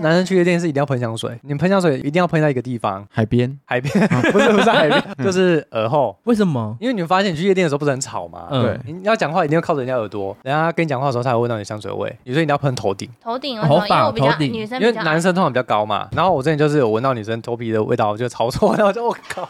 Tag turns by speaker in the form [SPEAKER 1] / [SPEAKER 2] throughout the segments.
[SPEAKER 1] 男生去夜店是一定要喷香水，你喷香水一定要喷在一个地 方，
[SPEAKER 2] 海边
[SPEAKER 1] 海边不是不是海边，
[SPEAKER 3] 嗯
[SPEAKER 1] 就是耳后。
[SPEAKER 3] 为什么？
[SPEAKER 1] 因为你们发现你去夜店的时候不是很吵吗？
[SPEAKER 3] 嗯
[SPEAKER 2] 对
[SPEAKER 1] 你要讲话一定要靠着人家耳朵，人家跟你讲话的时候才会闻到你香水味。你说你要喷头顶，
[SPEAKER 4] 头顶啊为什么？
[SPEAKER 3] 头
[SPEAKER 4] 因
[SPEAKER 3] 发
[SPEAKER 4] 为我比较
[SPEAKER 3] 头顶
[SPEAKER 4] 女生
[SPEAKER 1] 因
[SPEAKER 4] 比
[SPEAKER 1] 为
[SPEAKER 4] 较
[SPEAKER 1] 男生通常比较高嘛。然后我之前就是有闻到女生头皮的味道，我就超 错，然后我就我靠。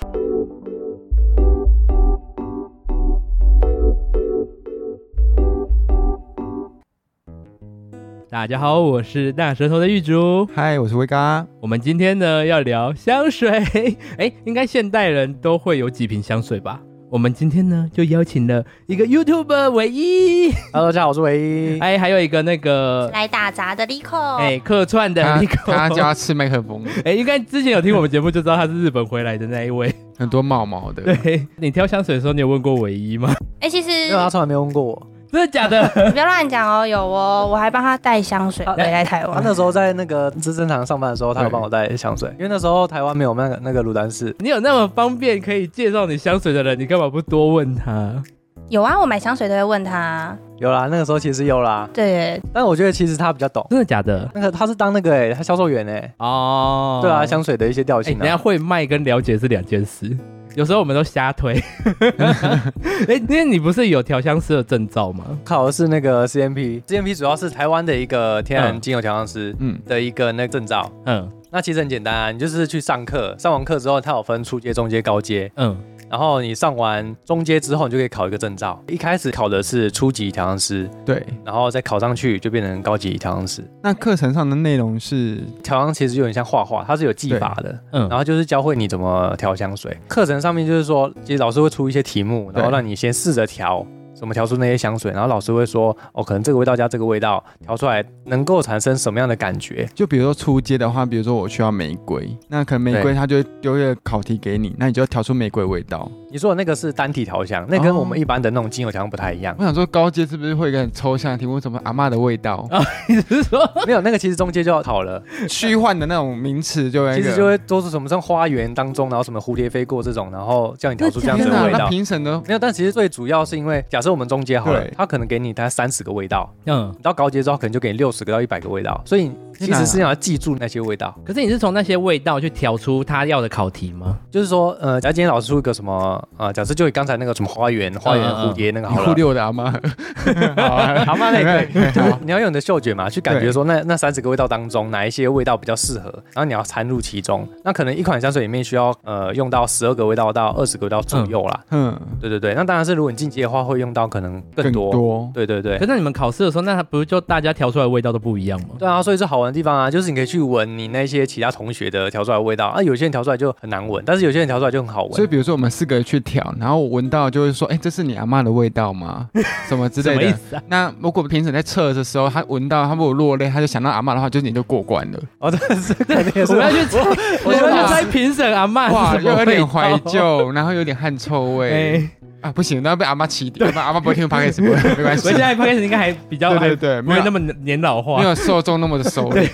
[SPEAKER 3] 大家好，我是大舌头的玉竹。
[SPEAKER 2] 嗨，我是威嘎，
[SPEAKER 3] 我们今天呢要聊香水， 哎，应该现代人都会有几瓶香水吧？我们今天呢就邀请了一个 YouTuber 唯一，
[SPEAKER 1] Hello，大家好，我是唯一。
[SPEAKER 3] 哎，还有一个那个
[SPEAKER 4] 来打杂的 Lico，、
[SPEAKER 3] 哎客串的
[SPEAKER 2] 他
[SPEAKER 3] Nico
[SPEAKER 2] 他 叫他吃麦 克风，
[SPEAKER 3] 哎，应该之前有听我们节目就知道他是日本回来的那一位。
[SPEAKER 2] 很多毛毛的。
[SPEAKER 3] 对你挑香水的时候，你有问过唯一吗？
[SPEAKER 4] 哎、其实
[SPEAKER 1] 因为他从来没有问过我，
[SPEAKER 3] 真的假的？
[SPEAKER 4] 你不要乱讲哦，有哦，我还帮他带香水回来
[SPEAKER 3] 哦
[SPEAKER 4] 台
[SPEAKER 1] 他
[SPEAKER 4] 湾。
[SPEAKER 1] 那时候在那个资生堂上班的时候，他有帮我带香水，因为那时候台湾没有那个那个鲁丹氏，
[SPEAKER 3] 你有那么方便可以介绍你香水的人，你干嘛不多问他？
[SPEAKER 4] 有啊，我买香水都会问他。
[SPEAKER 1] 有啦，那个时候其实有啦，
[SPEAKER 4] 对，
[SPEAKER 1] 但我觉得其实他比较懂。
[SPEAKER 3] 真的假的？
[SPEAKER 1] 那个他是当那个哎、他销售员哎、
[SPEAKER 3] 哦，
[SPEAKER 1] 对啊，香水的一些调
[SPEAKER 3] 哎，
[SPEAKER 1] 性
[SPEAKER 3] 等一下
[SPEAKER 1] 啊。
[SPEAKER 3] 会卖跟了解是两件事，有时候我们都瞎推。 哎，因为你不是有调香师的证照吗？
[SPEAKER 1] 考的是那个 CMP，CMP 主要是台湾的一个天然
[SPEAKER 3] 嗯
[SPEAKER 1] 精油调香师
[SPEAKER 2] 嗯，
[SPEAKER 1] 的一个那个证照。
[SPEAKER 3] 嗯
[SPEAKER 1] 那其实很简单啊，你就是去上课，上完课之后，它有分初阶、中阶、高阶，
[SPEAKER 3] 嗯，
[SPEAKER 1] 然后你上完中阶之后，你就可以考一个证照。一开始考的是初级调香师，
[SPEAKER 2] 对。
[SPEAKER 1] 然后再考上去就变成高级调香师。
[SPEAKER 2] 那课程上的内容是，
[SPEAKER 1] 调香其实有点像画画，它是有技法的，
[SPEAKER 3] 嗯
[SPEAKER 1] 嗯，然后就是教会你怎么调香水。课程上面就是说，其实老师会出一些题目，然后
[SPEAKER 2] 对
[SPEAKER 1] 让你先试着调，怎么调出那些香水，然后老师会说，哦，可能这个味道加这个味道，调出来能够产生什么样的感觉？
[SPEAKER 2] 就比如说初阶的话，比如说我需要玫瑰，那可能玫瑰
[SPEAKER 1] 对
[SPEAKER 2] 它就会丢一个考题给你，那你就要调出玫瑰味道。
[SPEAKER 1] 你说的那个是单体调香，那跟
[SPEAKER 2] 哦
[SPEAKER 1] 我们一般的那种精油调香不太一样
[SPEAKER 2] 我。想说高阶是不是会有一个很抽象的题目，什么阿嬷的味道，
[SPEAKER 1] 哦
[SPEAKER 3] 你是说
[SPEAKER 2] 哦
[SPEAKER 1] 没有，那个其实中间就要好了，
[SPEAKER 2] 虚幻的那种名词就会 那
[SPEAKER 1] 其
[SPEAKER 2] 个。
[SPEAKER 1] 实就会多出什么像花园当中，然后什么蝴蝶飞过这种，然后叫你调出这样子
[SPEAKER 2] 天
[SPEAKER 1] 的
[SPEAKER 2] 哪，
[SPEAKER 1] 味
[SPEAKER 2] 那
[SPEAKER 1] 道。
[SPEAKER 2] 评审呢？
[SPEAKER 1] 没有，但其实最主要是因为，假设我们中阶好了
[SPEAKER 2] 对，
[SPEAKER 1] 他可能给你大概三十个味道，
[SPEAKER 3] 嗯？
[SPEAKER 1] 你到高阶之后，可能就给你六十个到一百个味道，所以你其实是想要记住那些味道。
[SPEAKER 3] 可是你是从那些味道去调出他要的考题吗？
[SPEAKER 1] 就是说，呃，假如今天老师出一个什么，呃，假设就你刚才那个什么花园、花园
[SPEAKER 3] 嗯嗯
[SPEAKER 1] 蝴蝶那个好
[SPEAKER 2] 酷
[SPEAKER 1] 了，
[SPEAKER 2] 六的阿嬷。 好啊
[SPEAKER 1] 好嘛，那个
[SPEAKER 2] 对对
[SPEAKER 1] 就是
[SPEAKER 2] 好
[SPEAKER 1] 你要用你的嗅觉嘛，去感觉
[SPEAKER 2] 对
[SPEAKER 1] 说那那三十个味道当中哪一些味道比较适合，然后你要掺入其中。那可能一款香水里面需要呃用到十二个味道到二十个味道左右啦。
[SPEAKER 2] 嗯，
[SPEAKER 1] 对对对，那当然是如果你进阶的话，会用到可能更多。
[SPEAKER 2] 多
[SPEAKER 1] 对对对
[SPEAKER 3] 可。是那你们考试的时候，那他不是就大家调出来的味道都不一样吗？
[SPEAKER 1] 对啊，所以是好玩的地方啊，就是你可以去闻你那些其他同学的调出来的味道啊，有些人调出来就很难闻，但是有些人调出来就很好闻。
[SPEAKER 2] 所以比如说我们四个去调，然后我闻到就会说，哎、这是你阿嬷的味道 吗？什么之
[SPEAKER 3] 什
[SPEAKER 2] 类
[SPEAKER 3] 么意
[SPEAKER 2] 的。
[SPEAKER 3] 思啊？
[SPEAKER 2] 那如果评审在测的时候，他闻到他如果落泪，他就想到阿嬷的话，就是你就过关 了。
[SPEAKER 1] 哦，真的是，肯定
[SPEAKER 3] 我
[SPEAKER 1] 是
[SPEAKER 3] 们要去猜，我们要去猜评审阿嬷
[SPEAKER 2] 哇，
[SPEAKER 3] 是啊什
[SPEAKER 2] 又有
[SPEAKER 3] 么味
[SPEAKER 2] 点
[SPEAKER 3] 道啊
[SPEAKER 2] 怀。旧，然后有点汗臭味、
[SPEAKER 3] 哎，
[SPEAKER 2] 啊，不行，那要被阿嬷起底，要不然阿嬷不会听 p o d c 没关系
[SPEAKER 3] 我现。在 p o d 应该还比较
[SPEAKER 2] 对对
[SPEAKER 3] 还
[SPEAKER 2] 对，
[SPEAKER 3] 不
[SPEAKER 2] 没
[SPEAKER 3] 会
[SPEAKER 2] 有啊
[SPEAKER 3] 那么年老
[SPEAKER 2] 没
[SPEAKER 3] 化。
[SPEAKER 2] 有受众那么的 熟，
[SPEAKER 3] 对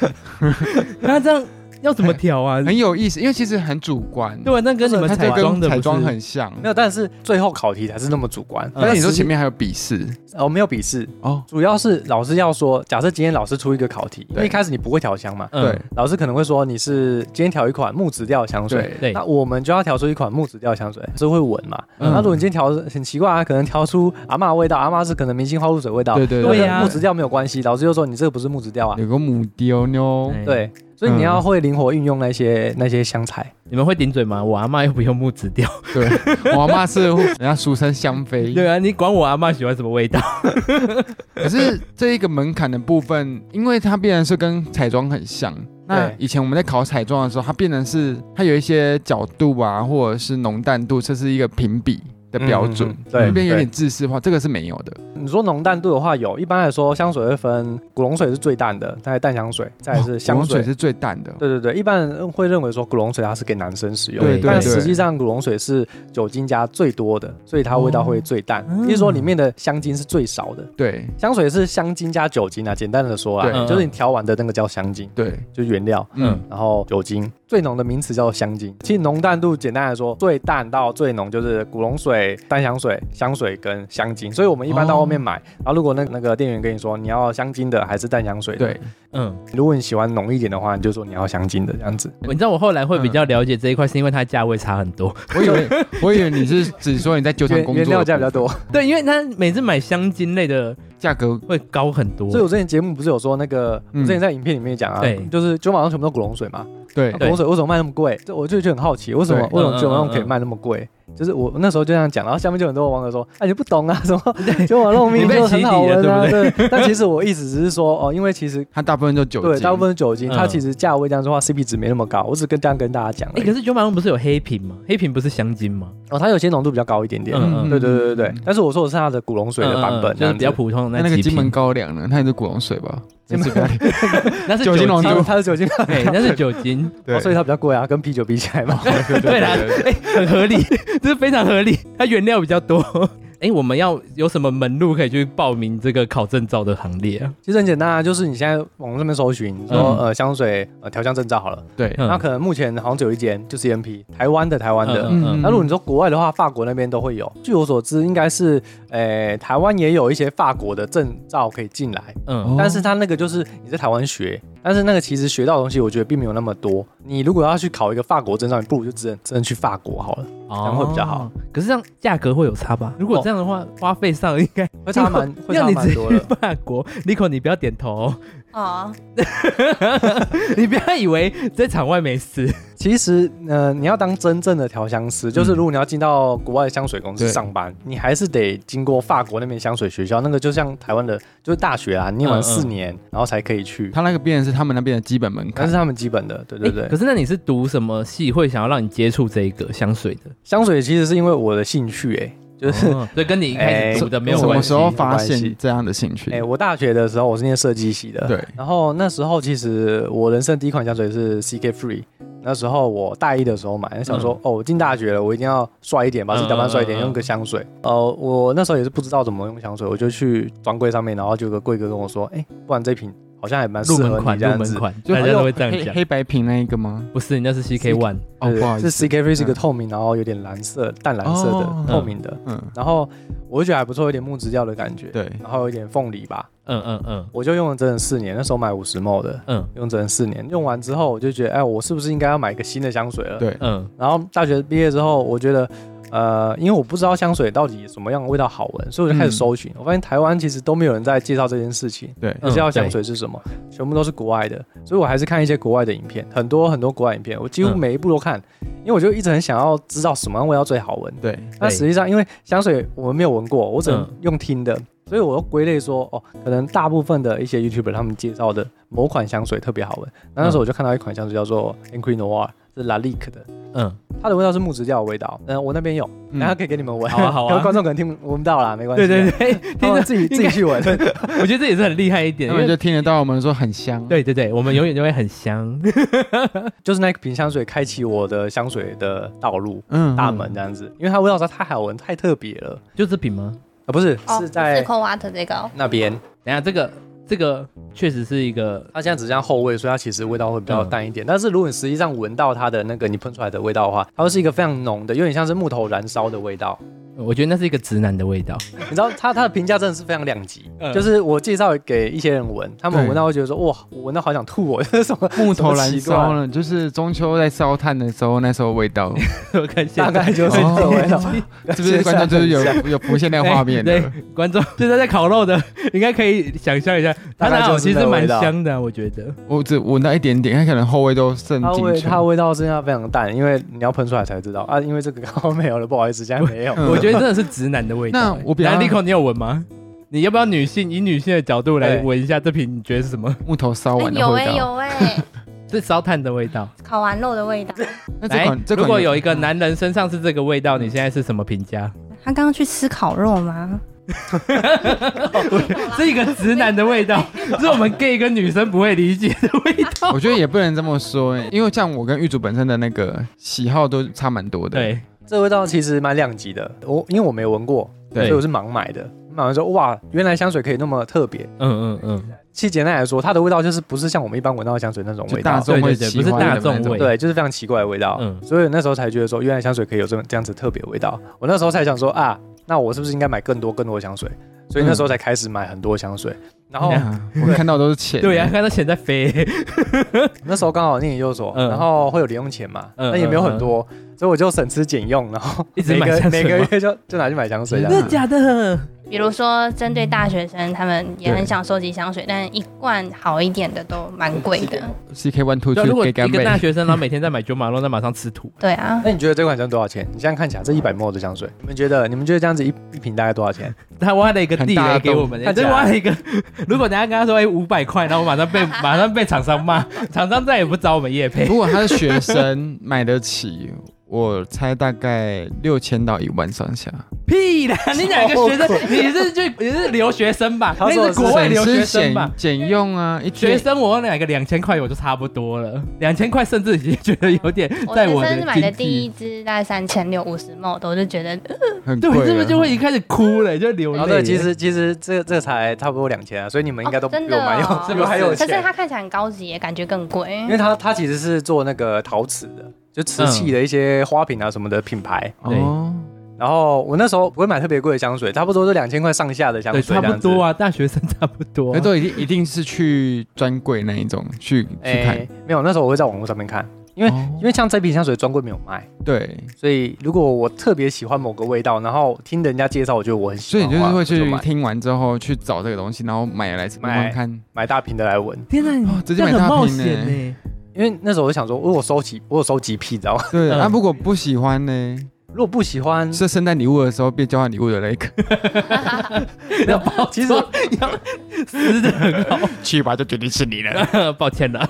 [SPEAKER 3] 那这样要怎么 调啊？
[SPEAKER 2] 很有意思，因为其实很主观。
[SPEAKER 3] 对啊，那跟你们
[SPEAKER 2] 它
[SPEAKER 3] 彩
[SPEAKER 2] 就
[SPEAKER 3] 妆
[SPEAKER 2] 跟
[SPEAKER 3] 的不
[SPEAKER 2] 彩
[SPEAKER 3] 是
[SPEAKER 2] 妆很像。
[SPEAKER 1] 没有，但是最后考题才是那么主观。
[SPEAKER 3] 嗯
[SPEAKER 2] 但是你说
[SPEAKER 1] 实
[SPEAKER 2] 前面还有笔试
[SPEAKER 1] 哦，没有笔试，
[SPEAKER 2] 哦，
[SPEAKER 1] 主要是老师要说，假设今天老师出一个考题，因为
[SPEAKER 2] 对
[SPEAKER 1] 一开始你不会调香嘛，
[SPEAKER 2] 对
[SPEAKER 3] 嗯
[SPEAKER 1] 老师可能会说你是今天调一款木质调香水。
[SPEAKER 2] 对
[SPEAKER 3] 对
[SPEAKER 1] 那我们就要调出一款木质调香水，是会闻嘛？
[SPEAKER 2] 嗯
[SPEAKER 1] 那如果你今天调很奇怪啊，可能调出阿嬷的味道，阿嬷是可能明星花露水味道，
[SPEAKER 2] 对对啊
[SPEAKER 1] 跟
[SPEAKER 3] 对啊呀
[SPEAKER 1] 木质调没有关系。老师就说你这个不是木质调啊，
[SPEAKER 2] 有个母丢妞，
[SPEAKER 3] 哎
[SPEAKER 1] 对，所以
[SPEAKER 2] 嗯
[SPEAKER 1] 你要会灵活运用那些那些香材。
[SPEAKER 3] 你们会顶嘴吗？我阿嬷又不用木质调。
[SPEAKER 2] 对， 我阿妈是人家俗称香妃。
[SPEAKER 3] 对啊，你管我阿嬷喜欢什么味道？
[SPEAKER 2] 可是这一个门槛的部分，因为它必然是跟彩妆很像。那
[SPEAKER 1] 对
[SPEAKER 2] 以前我们在考彩妆的时候，它变成是它有一些角度啊，或者是浓淡度，这是一个评比的标准，
[SPEAKER 1] 嗯嗯嗯对
[SPEAKER 2] 那边有
[SPEAKER 1] 对
[SPEAKER 2] 点自私化，这个是没有的。
[SPEAKER 1] 你说浓淡度的话，有一般来说，香水会分古龙水是最淡的，再来淡香水，再来是
[SPEAKER 2] 哦古
[SPEAKER 1] 香
[SPEAKER 2] 龙
[SPEAKER 1] 水。
[SPEAKER 2] 水是最淡的，
[SPEAKER 1] 对对对，一般人会认为说古龙水它是给男生使用的，
[SPEAKER 3] 对对
[SPEAKER 1] 但
[SPEAKER 3] 对
[SPEAKER 1] 实际上古龙水是酒精加最多的，所以它味道会最淡，
[SPEAKER 3] 哦
[SPEAKER 1] 也就是说里面的香精是最少的。
[SPEAKER 2] 对
[SPEAKER 1] 香水是香精加酒精啊，简单的说啊，
[SPEAKER 2] 对
[SPEAKER 1] 就是你调完的那个叫香精，
[SPEAKER 2] 对，
[SPEAKER 1] 就是原料，
[SPEAKER 2] 嗯，
[SPEAKER 1] 然后酒精最浓的名词叫做香精。其实浓淡度简单来说，最淡到最浓就是古龙水、水、淡香水、香水跟香精，所以我们一般到外面买，
[SPEAKER 2] 哦
[SPEAKER 1] 然后如果那那个店员跟你说你要香精的还是淡香水，，
[SPEAKER 2] 对，
[SPEAKER 3] 嗯，
[SPEAKER 1] 如果你喜欢浓一点的话，你就说你要香精的这样子。
[SPEAKER 3] 你知道我后来会比较了解这一块，是因为它价位差很多。
[SPEAKER 2] 我以为我以为你是只说你在酒厂
[SPEAKER 1] 原
[SPEAKER 2] 工作，
[SPEAKER 1] 原料价比较，多，
[SPEAKER 2] 嗯
[SPEAKER 3] 对，因为它每次买香精类的
[SPEAKER 2] 价格
[SPEAKER 3] 会高很多
[SPEAKER 1] 所以。我之前节目不是有说那个，我
[SPEAKER 2] 嗯
[SPEAKER 1] 之前在影片里面讲啊
[SPEAKER 3] 对，
[SPEAKER 1] 就是九马上全部都古龙水嘛，
[SPEAKER 2] 对
[SPEAKER 1] 那古
[SPEAKER 3] 对
[SPEAKER 1] 龙水为什么卖那么贵？这我就觉得很好奇，为什么
[SPEAKER 2] 对
[SPEAKER 1] 为什么
[SPEAKER 3] 嗯
[SPEAKER 1] 九马上可以
[SPEAKER 3] 嗯嗯
[SPEAKER 1] 卖那么贵？就是我那时候就这样讲，然后下面就很多网友说：“哎，你不懂啊， 什么九马弄
[SPEAKER 3] 你
[SPEAKER 1] 蜜
[SPEAKER 3] 被
[SPEAKER 1] 就
[SPEAKER 3] 起
[SPEAKER 1] 很
[SPEAKER 3] 底
[SPEAKER 1] 好
[SPEAKER 3] 了
[SPEAKER 1] 闻啊。”
[SPEAKER 3] 对
[SPEAKER 1] 对，但其实我一直只是说哦，因为其实
[SPEAKER 2] 它大部分都酒精，
[SPEAKER 1] 对大部分是酒精，
[SPEAKER 3] 嗯
[SPEAKER 1] 它其实价位这样说话 CP 值没那么高，我只跟这样跟大家讲而
[SPEAKER 3] 哎，
[SPEAKER 1] 已。
[SPEAKER 3] 可是九马龙不是有黑瓶吗？黑瓶不是香精吗？
[SPEAKER 1] 哦，它有些浓度比较高一点点。
[SPEAKER 3] 嗯
[SPEAKER 1] 对对对对对，但是我说的是它的古龙水的版
[SPEAKER 3] 嗯嗯
[SPEAKER 1] 本，
[SPEAKER 3] 嗯
[SPEAKER 1] 这
[SPEAKER 3] 就是
[SPEAKER 1] 样
[SPEAKER 3] 比
[SPEAKER 1] 子
[SPEAKER 3] 较普通的
[SPEAKER 2] 那那个
[SPEAKER 3] 几
[SPEAKER 2] 金门
[SPEAKER 3] 瓶，
[SPEAKER 2] 高粱呢，它也是古龙水吧？
[SPEAKER 1] 金门
[SPEAKER 2] 随便
[SPEAKER 3] 那是
[SPEAKER 2] 酒精浓
[SPEAKER 1] 它
[SPEAKER 2] 度
[SPEAKER 1] 它是酒精，
[SPEAKER 3] 对，那是酒精，
[SPEAKER 1] 哦所以
[SPEAKER 2] 以
[SPEAKER 1] 它比较贵啊，跟啤酒比起来嘛。
[SPEAKER 3] 对啦，哎，很合理， 这是非常合理，它原料比较多。 哎，我们要有什么门路可以去报名这个考证照的行列啊？
[SPEAKER 1] 其实很简单啊，就是你现在网络上面搜寻说、
[SPEAKER 3] 嗯
[SPEAKER 1] 呃香水呃调香证照好了，
[SPEAKER 2] 对，
[SPEAKER 3] 嗯
[SPEAKER 1] 那可能目前好像只有一间，就 CMP 台湾的台湾的。
[SPEAKER 3] 嗯嗯
[SPEAKER 1] 那如果你说国外的话，法国那边都会有。据我所知，应该是，呃，台湾也有一些法国的证照可以进来，
[SPEAKER 3] 嗯
[SPEAKER 2] 哦
[SPEAKER 1] 但是它那个就是你在台湾学，但是那个其实学到的东西，我觉得并没有那么多。你如果要去考一个法国证照，你不如就只能真的去法国好了，
[SPEAKER 3] 这
[SPEAKER 1] 样会比较好。
[SPEAKER 3] 哦可是这样价格会有差吧？如果这样的话，花费上应该
[SPEAKER 1] 会差 蛮会
[SPEAKER 3] 让
[SPEAKER 1] 差
[SPEAKER 3] 你
[SPEAKER 1] 蛮
[SPEAKER 3] 直
[SPEAKER 1] 多
[SPEAKER 3] 接
[SPEAKER 1] 的。
[SPEAKER 3] 去法 国。Nico，你不要点头哦，
[SPEAKER 4] 哦，
[SPEAKER 3] 你不要以为在场外没事。
[SPEAKER 1] 其实，呃，你要当真正的调香师，就是
[SPEAKER 3] 嗯
[SPEAKER 1] 如果你要进到国外的香水公司
[SPEAKER 2] 对
[SPEAKER 1] 上班，你还是得经过法国那边香水学校，那个就像台湾的，就是大学啊，
[SPEAKER 3] 嗯
[SPEAKER 1] 念完四年，然后才可以去。
[SPEAKER 2] 它那个变成是他们那边的基本门
[SPEAKER 1] 但
[SPEAKER 2] 槛
[SPEAKER 1] 是，他们基本的，对对对。
[SPEAKER 3] 哎诶可是那你是读什么系会想要让你接触这一个香水的？
[SPEAKER 1] 香水其实是因为我的兴趣、欸，就是，
[SPEAKER 3] 哦所以跟你一开
[SPEAKER 1] 诶
[SPEAKER 3] 始读的没有
[SPEAKER 2] 什么
[SPEAKER 3] 关
[SPEAKER 2] 时
[SPEAKER 3] 系。
[SPEAKER 2] 候发
[SPEAKER 1] 没有关
[SPEAKER 2] 现
[SPEAKER 1] 系
[SPEAKER 2] 这样的兴趣
[SPEAKER 1] 哎、？我大学的时候我是念设计系的，。
[SPEAKER 2] 对，
[SPEAKER 1] 然后那时候其实我人生第一款香水是 CK Free，那时候我大一的时候买，想说、哦，我进大学了，我一定要帅一点，把自己打扮帅一点，
[SPEAKER 3] 嗯嗯嗯嗯嗯
[SPEAKER 1] 用个香水。呃，我那时候也是不知道怎么用香水，我就去专柜上面，然后就有个柜哥跟我说，哎，不然这瓶好像还蛮适
[SPEAKER 3] 入
[SPEAKER 1] 合
[SPEAKER 3] 门款，
[SPEAKER 1] 你这
[SPEAKER 3] 入
[SPEAKER 1] 样
[SPEAKER 3] 门
[SPEAKER 1] 子。
[SPEAKER 3] 款，
[SPEAKER 2] 就哎
[SPEAKER 3] 大家都会这
[SPEAKER 2] 黑
[SPEAKER 3] 样讲。
[SPEAKER 2] 黑白瓶那一个吗？
[SPEAKER 3] 不是，你那是 CK One，
[SPEAKER 2] 哦，
[SPEAKER 1] 对
[SPEAKER 2] 不好意思，
[SPEAKER 1] 是 CK Free 是一个
[SPEAKER 2] 嗯
[SPEAKER 1] 透明，然后有点蓝色、淡蓝色的、
[SPEAKER 2] 哦
[SPEAKER 1] 透明的，
[SPEAKER 2] 嗯，
[SPEAKER 1] 然后我就觉得还不错，有点木质调的感觉，，
[SPEAKER 2] 对，
[SPEAKER 1] 然后有一点凤梨吧，
[SPEAKER 3] 嗯嗯嗯
[SPEAKER 1] 我就用了整整四年，那时候买五十 ml 的，
[SPEAKER 3] 嗯
[SPEAKER 1] 用整整四年，用完之后我就觉得，哎，我是不是应该要买一个新的香水了？。
[SPEAKER 2] 对，
[SPEAKER 3] 嗯
[SPEAKER 1] 然后大学毕业之后，我觉得，呃，因为我不知道香水到底什么样的味道好闻，所以我就
[SPEAKER 3] 嗯
[SPEAKER 1] 开始搜寻。我发现台湾其实都没有人在介绍这件事情，
[SPEAKER 2] 对，
[SPEAKER 3] 嗯
[SPEAKER 1] 介绍香水是什么，全部都是国外的。所以我还是看一些国外的影片，很多很多国外影片，我几乎
[SPEAKER 3] 嗯
[SPEAKER 1] 每一部都看，因为我就一直很想要知道什么样味道最好闻。
[SPEAKER 2] 对，
[SPEAKER 1] 那实际上，因为香水我们没有闻过，我只能
[SPEAKER 3] 嗯
[SPEAKER 1] 用听的，所以我又归类说，哦，可能大部分的一些 YouTuber 他们介绍的某款香水特别好闻。那那时候我就看到一款香水叫做 e n q u i Noir，是 La l i q 的，
[SPEAKER 3] 嗯，
[SPEAKER 1] 它的味道是木质调的味道。嗯、我那边有，
[SPEAKER 2] 嗯
[SPEAKER 1] 然后可以给你们闻。
[SPEAKER 3] 好 啊好啊
[SPEAKER 1] 可能观众可能听闻不到啦，没关系
[SPEAKER 3] 对
[SPEAKER 1] 啊。
[SPEAKER 3] 对对，
[SPEAKER 1] 他
[SPEAKER 3] 听
[SPEAKER 1] 们
[SPEAKER 3] 着，
[SPEAKER 1] 自己自己去闻。
[SPEAKER 3] 我觉得这也是很厉害一点，
[SPEAKER 2] 他
[SPEAKER 3] 因
[SPEAKER 2] 们
[SPEAKER 3] 为
[SPEAKER 2] 就听得到我们说很香，
[SPEAKER 3] 对对对，我们永远都会很香。
[SPEAKER 1] 就是那瓶香水开启我的香水的道路
[SPEAKER 2] 嗯，嗯
[SPEAKER 1] 大门这样子，因为它味道实在太好闻，太特别了。
[SPEAKER 3] 就这瓶吗？
[SPEAKER 1] 啊，不是，
[SPEAKER 4] 哦
[SPEAKER 1] 是在
[SPEAKER 4] Cold Water 这个哦，
[SPEAKER 1] 那边。
[SPEAKER 3] 等一下这个这个确实是一个
[SPEAKER 1] 它现在只像后味，所以它其实味道会比较淡一
[SPEAKER 2] 嗯
[SPEAKER 1] 点。但是如果你实际上闻到它的那个你喷出来的味道的话，它会是一个非常浓的，有点像是木头燃烧的味
[SPEAKER 2] 嗯
[SPEAKER 1] 道。
[SPEAKER 3] 我觉得那是一个直男的味道。
[SPEAKER 1] 你 知道它它的评价真的是非常两极，
[SPEAKER 3] 嗯
[SPEAKER 1] 就是我介绍给一些人闻，他们
[SPEAKER 2] 对
[SPEAKER 1] 闻到会觉得说哇，我闻到好想吐哦，这 是什么
[SPEAKER 2] 木头燃
[SPEAKER 1] 什
[SPEAKER 2] 烧
[SPEAKER 1] 么
[SPEAKER 2] 了，就是中秋在烧炭的时候，那时候味 道，
[SPEAKER 3] 我看现
[SPEAKER 1] 大
[SPEAKER 3] 在哦
[SPEAKER 1] 概就是这种 味道，
[SPEAKER 2] 是不是观众就 是有有浮现那个画面
[SPEAKER 3] 啊
[SPEAKER 2] 的？
[SPEAKER 3] 哎对，观众就是在烤肉的， 应该可以想象一下，
[SPEAKER 1] 大
[SPEAKER 3] 它
[SPEAKER 1] 概
[SPEAKER 3] 那好
[SPEAKER 1] 就是
[SPEAKER 3] 其
[SPEAKER 1] 那
[SPEAKER 3] 实
[SPEAKER 1] 个
[SPEAKER 3] 蛮
[SPEAKER 1] 味道
[SPEAKER 3] 香的啊，我觉得。
[SPEAKER 2] 我只闻到一点点，它可能后味都渗
[SPEAKER 1] 它
[SPEAKER 2] 进
[SPEAKER 1] 味
[SPEAKER 2] 去。
[SPEAKER 1] 它味道真的非常淡，因为你要喷出来才知道啊，因为这个刚好没有了，不好意思，现在没有。
[SPEAKER 2] 嗯
[SPEAKER 3] 我觉得真的是直男的味道。
[SPEAKER 2] 那
[SPEAKER 3] 哎
[SPEAKER 2] 我比
[SPEAKER 3] 等一下
[SPEAKER 2] 较
[SPEAKER 3] Nico，你有闻吗？你要不要女性以女性的角度
[SPEAKER 1] 哎
[SPEAKER 3] 来闻一下这瓶？你觉得是什么？
[SPEAKER 2] 木头烧
[SPEAKER 4] 哎
[SPEAKER 2] 完的
[SPEAKER 4] 有哎
[SPEAKER 2] 味道。
[SPEAKER 4] 有 哎，
[SPEAKER 3] 是烧炭的味道。
[SPEAKER 4] 烤完肉的味道。
[SPEAKER 2] 那这
[SPEAKER 3] 来
[SPEAKER 2] 款，这款
[SPEAKER 3] 如果有一个男人身上是这个味道，你现在是什么评价？
[SPEAKER 4] 他刚刚去吃烤肉吗？
[SPEAKER 3] 是一个直男的味道，是我们 gay 跟女生不会理解的味道。
[SPEAKER 2] 我觉得也不能这么说，因为像我跟玉主本身的那个喜好都差蛮多的。
[SPEAKER 3] 对，
[SPEAKER 1] 这味道其实蛮两极的，我因为我没闻过，
[SPEAKER 2] 对
[SPEAKER 1] 所以我是盲买的，买完说哇，原来香水可以那么特别。
[SPEAKER 3] 嗯嗯嗯，
[SPEAKER 1] 其实简单来说，它的味道就是不是像我们一般闻到的香水那种
[SPEAKER 2] 就
[SPEAKER 1] 味
[SPEAKER 2] 大
[SPEAKER 1] 道，
[SPEAKER 2] 众会
[SPEAKER 3] 对对对
[SPEAKER 2] 喜欢
[SPEAKER 3] 不是
[SPEAKER 2] 的
[SPEAKER 3] 大
[SPEAKER 2] 那
[SPEAKER 3] 众
[SPEAKER 2] 种
[SPEAKER 3] 味
[SPEAKER 1] 对，就是非常奇怪的味道。
[SPEAKER 3] 嗯
[SPEAKER 1] 所以那时候才觉得说，原来香水可以有这么这样子特别的味道。我那时候才想说啊，那我是不是应该买更多更多的香水？所以那时
[SPEAKER 3] 嗯
[SPEAKER 1] 候才开始买很多香水。然后
[SPEAKER 2] 啊我看到都是钱。
[SPEAKER 3] 哦对啊呀，看到钱在飞，
[SPEAKER 2] 啊
[SPEAKER 1] 那时候刚好念研究所，
[SPEAKER 3] 嗯
[SPEAKER 1] 然后会有零用钱嘛，
[SPEAKER 3] 嗯
[SPEAKER 1] 那也没有很多，所以我就省吃俭用，然后
[SPEAKER 3] 一直
[SPEAKER 1] 每
[SPEAKER 3] 买
[SPEAKER 1] 个
[SPEAKER 3] 香
[SPEAKER 1] 每
[SPEAKER 3] 水
[SPEAKER 1] 个
[SPEAKER 3] 吗
[SPEAKER 1] 月就就拿去买香水这样
[SPEAKER 3] 真
[SPEAKER 1] 子。
[SPEAKER 3] 的假的？
[SPEAKER 4] 比如说针对大学生，他们也
[SPEAKER 2] 对
[SPEAKER 4] 很想收集香水，但一罐好一点的都蛮贵的。
[SPEAKER 2] ，CK One Two
[SPEAKER 3] 对啊，如
[SPEAKER 2] 去
[SPEAKER 3] 果
[SPEAKER 2] 给
[SPEAKER 3] 一
[SPEAKER 2] 干
[SPEAKER 3] 个
[SPEAKER 2] 杯。
[SPEAKER 3] 大学生，然后每天在买九马龙，在马上吃土，
[SPEAKER 4] 对啊，
[SPEAKER 1] 那你觉得这款香多少钱？你现在看起来这一百 ml 的香水，你们觉得你们觉得这样子一一瓶大概多少钱？
[SPEAKER 3] 他挖了一个地
[SPEAKER 2] 很大
[SPEAKER 3] 雷
[SPEAKER 2] 的
[SPEAKER 3] 给我们，
[SPEAKER 1] 洞
[SPEAKER 3] 他真挖了 一个。如果等下跟他说哎五百块，然后我马上被马上被厂商骂，厂商再也不找我们 叶 配
[SPEAKER 2] 如。果他是学生买得起，我猜大概六千到一万上下。
[SPEAKER 3] 屁啦！你两个学生，你是去你是留学生吧？
[SPEAKER 1] 他
[SPEAKER 3] 那
[SPEAKER 1] 说
[SPEAKER 3] 是国外留学生
[SPEAKER 2] 省
[SPEAKER 3] 吧
[SPEAKER 2] 吃俭？俭用啊，一
[SPEAKER 3] 学
[SPEAKER 2] 天
[SPEAKER 3] 生，我那个两千块我就差不多了，两千块甚至已经觉得有点
[SPEAKER 4] 我
[SPEAKER 3] 在
[SPEAKER 4] 人
[SPEAKER 3] 我的
[SPEAKER 4] 生买的
[SPEAKER 3] 经
[SPEAKER 4] 第一
[SPEAKER 3] 济。
[SPEAKER 4] 支大概三千六五十 ml，我就觉得呃
[SPEAKER 2] 很
[SPEAKER 3] 对，
[SPEAKER 2] 贵啊了。
[SPEAKER 3] 是不是就会一开始哭了，就流
[SPEAKER 1] 然
[SPEAKER 3] 泪
[SPEAKER 1] 后对，
[SPEAKER 3] 了？
[SPEAKER 1] 其实其实这这才差不多两千啊，所以你们应该都
[SPEAKER 4] 哦
[SPEAKER 1] 比
[SPEAKER 4] 真的
[SPEAKER 1] 我蛮有，
[SPEAKER 4] 哦
[SPEAKER 1] 比我还有
[SPEAKER 4] 可是
[SPEAKER 1] 钱。
[SPEAKER 4] 它看起来很高级耶，感觉更贵。
[SPEAKER 1] 因为它它其实是做那个陶瓷的，就瓷器的一些花瓶啊什么的品牌。
[SPEAKER 2] 哦，
[SPEAKER 1] 然后我那时候不会买特别贵的香水，差不多是两千块上下的香
[SPEAKER 3] 对，
[SPEAKER 1] 水，
[SPEAKER 3] 差不多。啊，大学生差不多啊、
[SPEAKER 2] 那哎都一定一定是去专柜那一种去去看
[SPEAKER 1] 哎，，没有，那时候我会在网络上面看，因为
[SPEAKER 2] 哦
[SPEAKER 1] 因为像这瓶香水专柜没有卖，
[SPEAKER 2] 对，
[SPEAKER 1] 所以如果我特别喜欢某个味道，然后听人家介绍，我觉得我很喜
[SPEAKER 2] 所以
[SPEAKER 1] 欢
[SPEAKER 2] 你
[SPEAKER 1] 的
[SPEAKER 2] 就是
[SPEAKER 1] 话，
[SPEAKER 3] 啊
[SPEAKER 2] 会
[SPEAKER 1] 我
[SPEAKER 2] 去
[SPEAKER 1] 买
[SPEAKER 2] 听完之后去找这个东西，然后买来
[SPEAKER 1] 买
[SPEAKER 2] 慢慢看。
[SPEAKER 1] 买大瓶的来闻。
[SPEAKER 3] 天哪，你
[SPEAKER 2] 哦直接
[SPEAKER 3] 这样
[SPEAKER 2] 买
[SPEAKER 3] 很
[SPEAKER 2] 大
[SPEAKER 3] 冒
[SPEAKER 2] 瓶
[SPEAKER 3] 险
[SPEAKER 2] 呢
[SPEAKER 3] 呢、
[SPEAKER 1] 因为那时候我就想说，我有收集，我有收集癖，你知道吗？
[SPEAKER 2] 对，啊
[SPEAKER 3] 嗯
[SPEAKER 2] 那如果不喜欢呢？
[SPEAKER 1] 如果不喜欢，
[SPEAKER 2] 是圣诞礼物的时候变交换礼物的那一个，
[SPEAKER 1] 没有其实
[SPEAKER 3] 死的很
[SPEAKER 2] 去吧就决定是你了。
[SPEAKER 3] 好，抱歉了。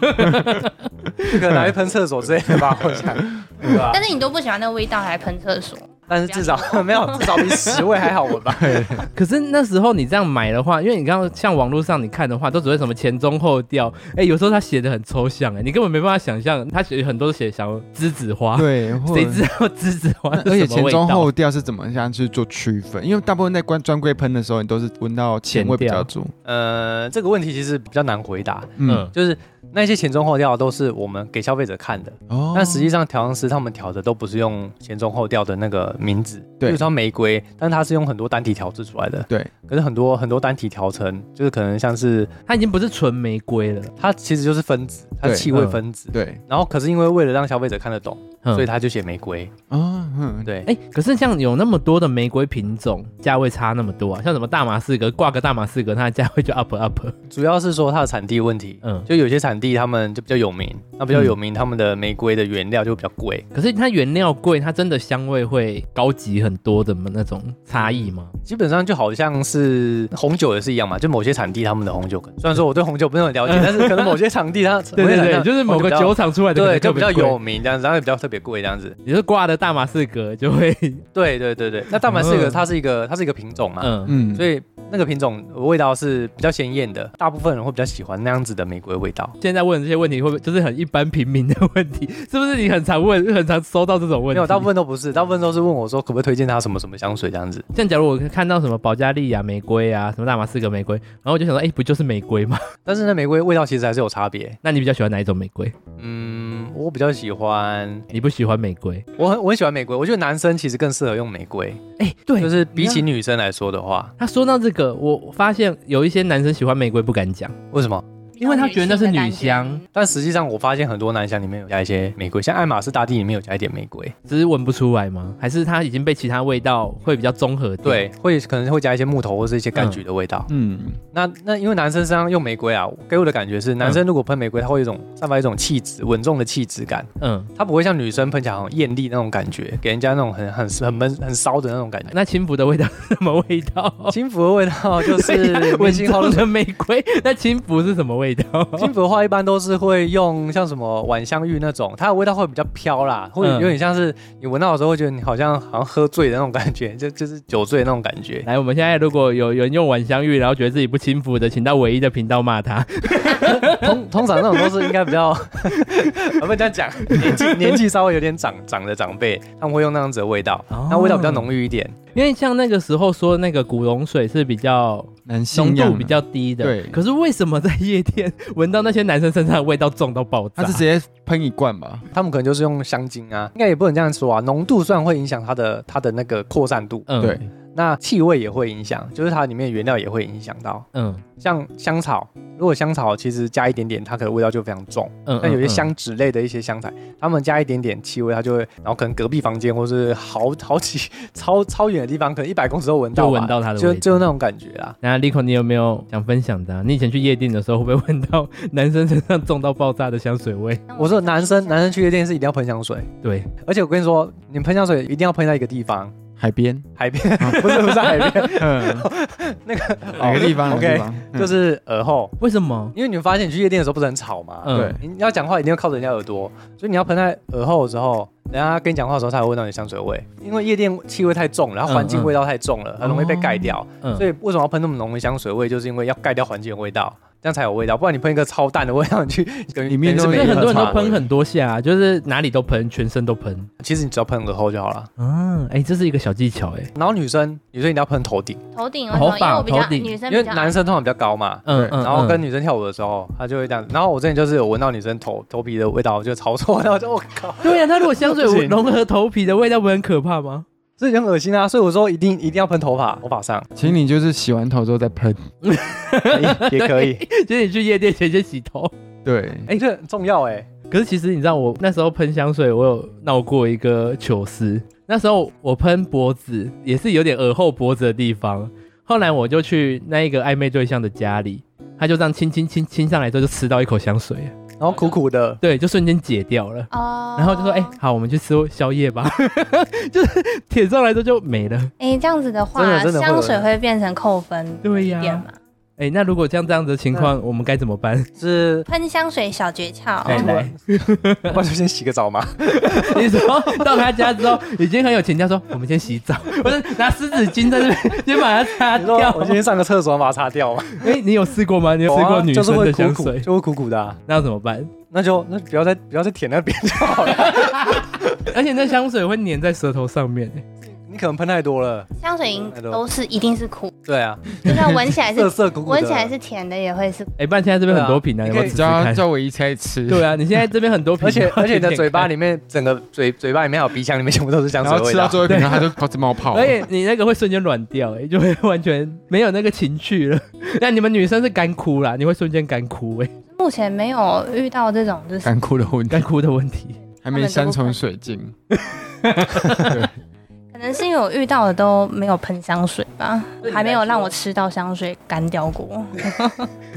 [SPEAKER 1] 可能拿去喷厕所之类的吧，我想，对吧？
[SPEAKER 4] 但是你都不喜欢那个味道，还喷厕所，
[SPEAKER 1] 但是至少 没有，至少比屎味还好闻吧？
[SPEAKER 3] 可是那时候你这样买的话，因为你刚刚像网络上你看的话，都只会什么前中后调，哎、有时候他写的很抽象、哎，你根本没办法想象，他写很多都写想要栀子花，
[SPEAKER 2] 对，或
[SPEAKER 3] 谁知道栀子花
[SPEAKER 2] 而且
[SPEAKER 3] 是什么
[SPEAKER 2] 前
[SPEAKER 3] 味
[SPEAKER 2] 中
[SPEAKER 3] 道？
[SPEAKER 2] 后调是怎么样去做区分？因为大部分在关专柜喷的时候，你都是闻到前味比较重。
[SPEAKER 1] 呃，这个问题其实比较难回答，
[SPEAKER 2] 嗯，
[SPEAKER 1] 就是那些前中后调都是我们给消费者看
[SPEAKER 3] 嗯
[SPEAKER 1] 的，
[SPEAKER 2] 哦
[SPEAKER 1] 但实际上调香师他们调的都不是用前中后调的那个名字，
[SPEAKER 2] 对
[SPEAKER 1] 比如说玫瑰，但它是用很多单体调制出来的，
[SPEAKER 2] 对。
[SPEAKER 1] 可是很多很多单体调成，就是可能像是
[SPEAKER 3] 它已经不是纯玫瑰了，
[SPEAKER 1] 它其实就是分子，它
[SPEAKER 2] 对
[SPEAKER 1] 气味
[SPEAKER 3] 嗯
[SPEAKER 1] 分子。
[SPEAKER 2] 对
[SPEAKER 1] 然后可是因为为了让消费者看得懂，
[SPEAKER 3] 嗯
[SPEAKER 1] 所以他就写玫瑰。
[SPEAKER 2] 啊，嗯，
[SPEAKER 1] 对，
[SPEAKER 3] 哎、可是像有那么多的玫瑰品种，价位差那么多啊，像什么大马士革，挂个大马士革，它的价位就 up up。
[SPEAKER 1] 主要是说它的产地问题。
[SPEAKER 3] 嗯，
[SPEAKER 1] 就有些产地他们就比较有名，那比较有名，他们的玫瑰的原料就比较贵。
[SPEAKER 3] 可是它原料贵，它真的香味会高级很多的那种差异吗？
[SPEAKER 1] 基本上就好像是红酒也是一样嘛，就某些产地他们的红酒可能，虽然说我对红酒不是很 了解，但是可能某些场地它
[SPEAKER 3] 对对
[SPEAKER 1] 某些
[SPEAKER 3] 对，
[SPEAKER 1] 产地
[SPEAKER 3] 就是某个
[SPEAKER 1] 它
[SPEAKER 3] 酒厂出来的，
[SPEAKER 1] 对就比较有。名这样子，然后也比较特别贵这样子。
[SPEAKER 3] 你是挂的大马士革就会，
[SPEAKER 1] 对对对对，那大马士革
[SPEAKER 3] 嗯
[SPEAKER 1] 它是一个它是一个品种嘛，
[SPEAKER 3] 嗯，
[SPEAKER 2] 嗯，
[SPEAKER 1] 所以那个品种味道是比较鲜艳的，大部分人会比较喜欢那样子的玫瑰味道。
[SPEAKER 3] 现在问这些问题会不会就是很一般平民的问题？是不是你很常问，很常收到这种问题？
[SPEAKER 1] 没有，大部分都不是，大部分都是问我说可不可以推荐他什么什么香水这样子。
[SPEAKER 3] 像假如我看到什么保加利亚玫瑰啊，什么大马士革玫瑰，然后我就想说，哎、不就是玫瑰吗？
[SPEAKER 1] 但是那玫瑰味道其实还是有差别。
[SPEAKER 3] 那你比较喜欢哪一种玫瑰？
[SPEAKER 1] 嗯，我比较喜欢，
[SPEAKER 3] 你不喜欢玫瑰？
[SPEAKER 1] 我很我很喜欢玫瑰，我觉得男生其实更适合用玫瑰，
[SPEAKER 3] 哎、对，嗯
[SPEAKER 1] 就是比起女生来说的话，
[SPEAKER 3] 他说到这个，我发现有一些男生喜欢玫瑰不敢讲，
[SPEAKER 1] 为什么？
[SPEAKER 3] 因为他觉得那是女香，
[SPEAKER 1] 但实际上我发现很多男香里面有加一些玫瑰，像爱马仕大地里面有加一点玫瑰，
[SPEAKER 3] 只是闻不出来吗？还是他已经被其他味道会比较综合掉？
[SPEAKER 1] 对，会可能会加一些木头或是一些柑橘的味道。
[SPEAKER 2] 嗯，
[SPEAKER 1] 那那因为男生身上用玫瑰啊，给我的感觉是，男生如果喷玫瑰，他会有一种散发一种气质稳重的气质感，
[SPEAKER 3] 嗯，
[SPEAKER 1] 它不会像女生喷起来很艳丽那种感觉，给人家那种很很很闷很骚的那种感觉。
[SPEAKER 3] 那轻浮的味道 是什么味道？
[SPEAKER 1] 轻浮的味道就 是
[SPEAKER 3] 对呀
[SPEAKER 1] 明
[SPEAKER 3] 稳
[SPEAKER 1] 星后
[SPEAKER 3] 重的玫瑰，那轻浮是什么味味道。
[SPEAKER 1] 金箔花一般都是会用像什么晚香玉那种，它的味道会比较飘啦，会
[SPEAKER 3] 嗯
[SPEAKER 1] 有点像是你闻到的时候会觉得你好像好像喝醉的那种感觉，就 就是酒醉的那种感觉。
[SPEAKER 3] 来，我们现在如果有有人用晚香玉，然后觉得自己不轻浮的，请到唯一的频道骂他。
[SPEAKER 1] 通通常那种都是应该比较， 我们这样讲，年纪年纪稍微有点长长的长辈，他们会用那样子的味道，哦那味道比较浓郁一点。
[SPEAKER 3] 因为像那个时候说那个古龙水是比较
[SPEAKER 2] 男性
[SPEAKER 3] 浓度比较低的，
[SPEAKER 2] 对
[SPEAKER 3] 可是为什么在夜店闻到那些男生身上的味道重到爆炸？
[SPEAKER 2] 他是直接喷一罐吧？
[SPEAKER 1] 他们可能就是用香精啊，应该也不能这样说啊，浓度虽然会影响它的它的那个扩散度，
[SPEAKER 3] 嗯
[SPEAKER 2] 对，
[SPEAKER 1] 那气味也会影响，就是它里面的原料也会影响到。
[SPEAKER 3] 嗯
[SPEAKER 1] 像香草，如果香草其实加一点点，它可能味道就非常重。
[SPEAKER 3] 嗯，
[SPEAKER 1] 但有些
[SPEAKER 3] 嗯，
[SPEAKER 1] 香脂类的一些香材，他们加一点点气味，它就会，然后可能隔壁房间或是好好几超超远的地方，可能一百公尺都闻到吧，
[SPEAKER 3] 就闻到它的
[SPEAKER 1] 就
[SPEAKER 3] 味道
[SPEAKER 1] 就那种感觉啦。
[SPEAKER 3] 那 Lico，你有没有想分享的啊、你以前去夜店的时候，会不会闻到男生身上重到爆炸的香水味？
[SPEAKER 1] 我说男生男生去夜店是一定要喷香水，
[SPEAKER 3] 对，
[SPEAKER 1] 而且我跟你说，你喷香水一定要喷在一个地方，
[SPEAKER 2] 海 边，啊
[SPEAKER 1] 海边 不是不是海边，
[SPEAKER 2] 嗯，
[SPEAKER 1] 那个
[SPEAKER 2] 哪个地方？
[SPEAKER 1] 哦
[SPEAKER 2] 哪个地方？嗯
[SPEAKER 1] 就是耳后，
[SPEAKER 3] 为什么？
[SPEAKER 1] 因为你们发现你去夜店的时候不是很吵嘛，
[SPEAKER 3] 嗯
[SPEAKER 2] 对，
[SPEAKER 1] 你要讲话一定要靠着人家耳朵，所以你要喷在耳后的时候，人家跟你讲话的时候才会闻到你香水味，因为夜店气味太重，然后环境味道太重了，很容易被盖掉。
[SPEAKER 3] 嗯，
[SPEAKER 1] 所以为什么要喷那么浓的香水味，就是因为要盖掉环境的味道，这样才有味道。不然你喷一个超淡的味道，你 去等于
[SPEAKER 2] 里面
[SPEAKER 1] 等
[SPEAKER 2] 都
[SPEAKER 1] 于
[SPEAKER 3] 所
[SPEAKER 1] 是
[SPEAKER 3] 以
[SPEAKER 1] 没
[SPEAKER 3] 很多人
[SPEAKER 1] 有
[SPEAKER 3] 都
[SPEAKER 1] 差
[SPEAKER 3] 喷很多下、就是哪里都喷，全身都喷。
[SPEAKER 1] 其实你只要喷耳后就好了。
[SPEAKER 3] 啊，哎、这是一个小技巧、哎，
[SPEAKER 1] 然后女生，女生一定要喷头顶，
[SPEAKER 4] 头顶
[SPEAKER 3] 头
[SPEAKER 4] 为什么因
[SPEAKER 3] 发
[SPEAKER 4] 为我比较
[SPEAKER 3] 头顶
[SPEAKER 4] 女生
[SPEAKER 1] 因为
[SPEAKER 4] 比较矮
[SPEAKER 1] 男生通常比较高嘛。
[SPEAKER 3] 嗯嗯，
[SPEAKER 1] 然后跟
[SPEAKER 3] 嗯
[SPEAKER 1] 女生跳舞的时候，她就会这样。然后我之前就是有闻到女生头头皮的味道，我就超 错，然后我就我靠，
[SPEAKER 3] 对呀、那如果香
[SPEAKER 1] 不
[SPEAKER 3] 水
[SPEAKER 1] 行
[SPEAKER 3] 融合头皮的味道，不会很可怕吗？
[SPEAKER 1] 所以很恶心啊。所以我说一定一定要喷头发，头发上
[SPEAKER 2] 其实你就是洗完头之后再喷，
[SPEAKER 1] 也也可以。
[SPEAKER 3] 就是你去夜店前先洗头。
[SPEAKER 2] 对，
[SPEAKER 1] 哎、这很重要哎、
[SPEAKER 3] 可是其实你知道，我那时候喷香水，我有闹过一个糗事。那时候我喷脖子，也是有点耳后脖子的地方。后来我就去那一个暧昧对象的家里，他就这样亲亲亲亲上来之后，就吃到一口香水，
[SPEAKER 1] 然后苦苦的，
[SPEAKER 3] 对，就瞬间解掉了。
[SPEAKER 4] 哦
[SPEAKER 3] 然后就说：“哎、好，我们去吃宵夜吧。”就是舔上来之后就没了。
[SPEAKER 4] 哎，这样子
[SPEAKER 1] 真
[SPEAKER 4] 的
[SPEAKER 1] 的
[SPEAKER 4] 话，
[SPEAKER 1] 真的会有
[SPEAKER 4] 香水会变成扣分
[SPEAKER 3] 对呀、
[SPEAKER 4] 点嘛？
[SPEAKER 3] 哎、那如果像这样子的情况，我们该怎 么办？
[SPEAKER 1] 是
[SPEAKER 4] 喷香水小诀窍，
[SPEAKER 1] 哎
[SPEAKER 3] 来来，
[SPEAKER 1] 不然就先洗个澡嘛。
[SPEAKER 3] 你说到他家之后已经很有钱，他说我们先洗澡， 我是拿湿纸巾在这边先把它擦
[SPEAKER 1] 你说
[SPEAKER 3] 掉。
[SPEAKER 1] 我今天上个厕所把它擦掉嘛。
[SPEAKER 3] 哎、你有试过吗？你有试
[SPEAKER 1] 有
[SPEAKER 3] 过
[SPEAKER 1] 啊
[SPEAKER 3] 女
[SPEAKER 1] 就是
[SPEAKER 3] 生
[SPEAKER 1] 会
[SPEAKER 3] 的
[SPEAKER 1] 苦
[SPEAKER 3] 香
[SPEAKER 1] 苦，
[SPEAKER 3] 水？
[SPEAKER 1] 就会苦苦的啊、
[SPEAKER 3] 那要怎么办？
[SPEAKER 1] 那就那不要再不要再舔那边就好 了。
[SPEAKER 3] 而且那香水会粘在舌头上面、欸
[SPEAKER 1] 你可能喷太多了。
[SPEAKER 4] 香水应都是一定是苦，
[SPEAKER 1] 对啊，
[SPEAKER 4] 就算闻 起来
[SPEAKER 1] 涩
[SPEAKER 4] 是
[SPEAKER 1] 涩苦苦的。
[SPEAKER 4] 闻起来是甜的，也会是
[SPEAKER 3] 哎、不然现在这边很多瓶呢、
[SPEAKER 1] 对啊
[SPEAKER 3] 要不
[SPEAKER 1] 你
[SPEAKER 3] 要
[SPEAKER 1] 可以
[SPEAKER 3] 试试
[SPEAKER 2] 叫
[SPEAKER 3] 看？
[SPEAKER 2] 叫我一起吃，
[SPEAKER 3] 对啊，你现在这边很多
[SPEAKER 1] 而
[SPEAKER 3] 瓶，
[SPEAKER 1] 且而且你的嘴巴
[SPEAKER 3] 里，
[SPEAKER 1] 里面，整个嘴嘴巴里面还有鼻腔里面全部都是香
[SPEAKER 2] 然
[SPEAKER 1] 水
[SPEAKER 2] 后
[SPEAKER 1] 味
[SPEAKER 2] 吃到
[SPEAKER 1] 道。
[SPEAKER 2] 最后一瓶，然后他就开始冒泡，
[SPEAKER 3] 而且你那个会瞬间软掉、哎，就会完全没有那个情趣了。 那你们女生是干枯啦，你会瞬间干枯、哎，
[SPEAKER 4] 目前没有遇到这种就是
[SPEAKER 2] 干枯的问题
[SPEAKER 3] 干，枯的问题。
[SPEAKER 2] 还没山重水尽，
[SPEAKER 4] 可能是因为我遇到的都没有喷香水吧，还没有让我吃到香水干掉过。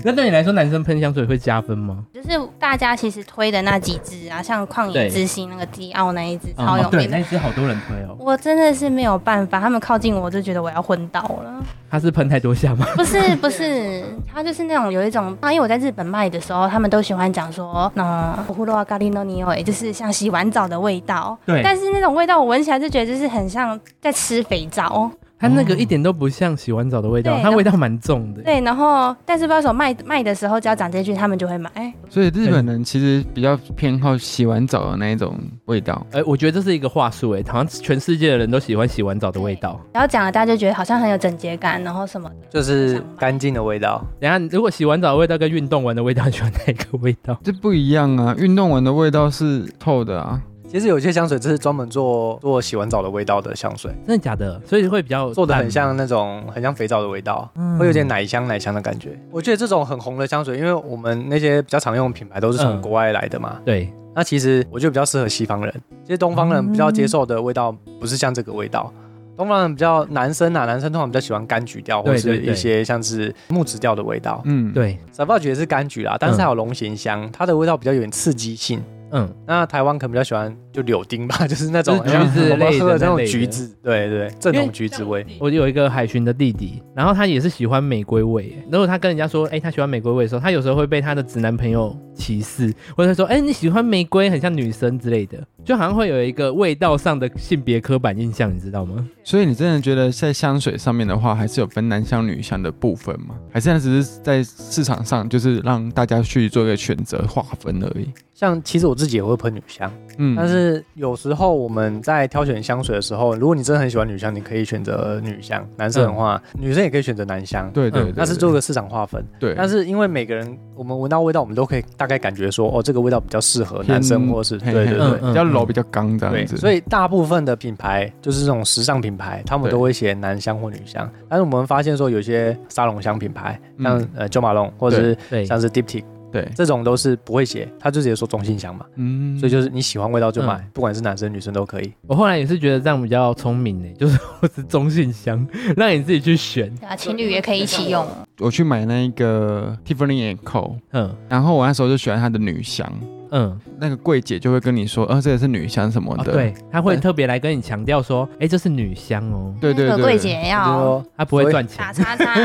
[SPEAKER 3] 那对你来说，男生喷香水会加分吗？
[SPEAKER 4] 就是大家其实推的那几支啊，像旷野之心那个迪奥哦那一支
[SPEAKER 3] 嗯啊
[SPEAKER 4] 超有名的，
[SPEAKER 3] 只好多人推哦。
[SPEAKER 4] 我真的是没有办法，他们靠近我就觉得我要昏倒了。
[SPEAKER 3] 他是喷太多下吗？
[SPEAKER 4] 不是不是，他就是那种有一种啊，因为我在日本卖的时候，他们都喜欢讲说，嗯，胡罗咖喱诺尼欧，就是像洗完澡的味道。
[SPEAKER 3] 对
[SPEAKER 4] 但是那种味道我闻起来就觉得就是很像在吃肥皂。
[SPEAKER 3] 它那个一点都不像洗完澡的味道，
[SPEAKER 4] 对
[SPEAKER 3] 它味道蛮重的。
[SPEAKER 4] 对，然后但是不知道为什么卖卖的时候只要讲这句，他们就会买。
[SPEAKER 2] 所以日本人其实比较偏好洗完澡的那一种味道，
[SPEAKER 3] 哎、我觉得这是一个话术，哎，好像全世界的人都喜欢洗完澡的味道。
[SPEAKER 4] 然后讲了，大家就觉得好像很有整洁感，然后什么的。
[SPEAKER 1] 就是干净的味道，
[SPEAKER 3] 等一下，如果洗完澡的味道跟运动完的味道，你 喜欢哪一个味道？
[SPEAKER 2] 这不一样啊。运动完的味道是臭的啊，
[SPEAKER 1] 其实有些香水就是专门做做洗完澡的味道的香水，
[SPEAKER 3] 真的假的？所以会比较
[SPEAKER 1] 做的
[SPEAKER 3] 淡
[SPEAKER 1] 很
[SPEAKER 3] 吗，
[SPEAKER 1] 像那种很像肥皂的味道，
[SPEAKER 3] 嗯
[SPEAKER 1] 会有点奶香奶香的感觉。我觉得这种很红的香水，因为我们那些比较常用的品牌都是从
[SPEAKER 3] 嗯
[SPEAKER 1] 国外来的嘛，
[SPEAKER 3] 对，
[SPEAKER 1] 那其实我觉得比较适合西方人，其实东方人比较接受的味道不是像这个味道。东方人比较男生啊，男生通常比较喜欢柑橘调，或
[SPEAKER 3] 对
[SPEAKER 1] 者是
[SPEAKER 3] 对对
[SPEAKER 1] 一些像是木质调的味道。
[SPEAKER 2] 嗯，，
[SPEAKER 3] 对，
[SPEAKER 1] 傻爆橘也是柑橘啦，但是它有龙涎香，它的味道比较有点刺激性，
[SPEAKER 3] 嗯，
[SPEAKER 1] 那台湾可能比较喜欢就柳丁吧， 就是那种
[SPEAKER 3] 就是橘子
[SPEAKER 1] 我们
[SPEAKER 3] 类的
[SPEAKER 1] 喝的那
[SPEAKER 3] 那
[SPEAKER 1] 种
[SPEAKER 3] 类的
[SPEAKER 1] 橘子，对对，正
[SPEAKER 3] 因
[SPEAKER 1] 统
[SPEAKER 3] 为
[SPEAKER 1] 橘子味。
[SPEAKER 3] 我有一个海巡的弟弟，然后他也是喜欢玫瑰味。欸然后他跟人家说，哎、他喜欢玫瑰味的时候，他有时候会被他的直男朋友歧视，或者说，哎、你喜欢玫瑰，很像女生之类的，就好像会有一个味道上的性别刻板印象，你知道吗？
[SPEAKER 2] 所以你真的觉得在香水上面的话，还是有分男香女香的部分吗？还是它只是在市场上就是让大家去做一个选择划分而已？
[SPEAKER 1] 像其实我自己也会喷女香，
[SPEAKER 2] 嗯，
[SPEAKER 1] 但是有时候我们在挑选香水的时候，如果你真的很喜欢女香，你可以选择女香；男生的话，女生也可以选择男香。
[SPEAKER 2] 嗯对对
[SPEAKER 3] 嗯
[SPEAKER 2] 对，
[SPEAKER 1] 那是做个市场划分，
[SPEAKER 2] 对，
[SPEAKER 1] 但是因为每个人我们闻到味道，我们都可以大概感觉说，哦，这个味道比较适合
[SPEAKER 2] 偏
[SPEAKER 1] 男生，或是
[SPEAKER 2] 嘿
[SPEAKER 1] 对对
[SPEAKER 2] 嘿
[SPEAKER 1] 对。
[SPEAKER 3] 嗯
[SPEAKER 2] 比较柔比较刚这
[SPEAKER 1] 对
[SPEAKER 2] 样，子，
[SPEAKER 1] 所
[SPEAKER 2] 以
[SPEAKER 1] 以大部分的品牌就是这种时尚品牌，他们
[SPEAKER 2] 对
[SPEAKER 1] 都会写男香或女香。但是我们发现说，有些沙龙香品牌，像、
[SPEAKER 2] 嗯
[SPEAKER 1] 呃 Jo Malone 或者是
[SPEAKER 3] 对，
[SPEAKER 1] 像是 Diptyque
[SPEAKER 2] 对，
[SPEAKER 1] 这种都是不会写，他就直接说中性香嘛。
[SPEAKER 2] 嗯
[SPEAKER 1] 所以就是你喜欢味道就买，
[SPEAKER 3] 嗯
[SPEAKER 1] 不管是男生女生都可以。
[SPEAKER 3] 我后来也是觉得这样比较聪明呢，就是我是中性香，让你自己去选。
[SPEAKER 4] 对啊，情侣也可以一起用。
[SPEAKER 2] 我去买那个 Tiffany Co，
[SPEAKER 3] 嗯
[SPEAKER 2] 然后我那时候就喜欢它的女香，
[SPEAKER 3] 嗯，
[SPEAKER 2] 那个柜姐就会跟你说，呃，这个是女香什么
[SPEAKER 3] 哦
[SPEAKER 2] 的，
[SPEAKER 3] 对，他会
[SPEAKER 2] 对
[SPEAKER 3] 特别来跟你强调说，哎、这是女香哦，
[SPEAKER 2] 对对
[SPEAKER 4] 那
[SPEAKER 2] 对，
[SPEAKER 4] 个柜姐
[SPEAKER 1] 就
[SPEAKER 4] 要
[SPEAKER 1] 说
[SPEAKER 3] 他不会赚钱
[SPEAKER 4] 打。叉叉，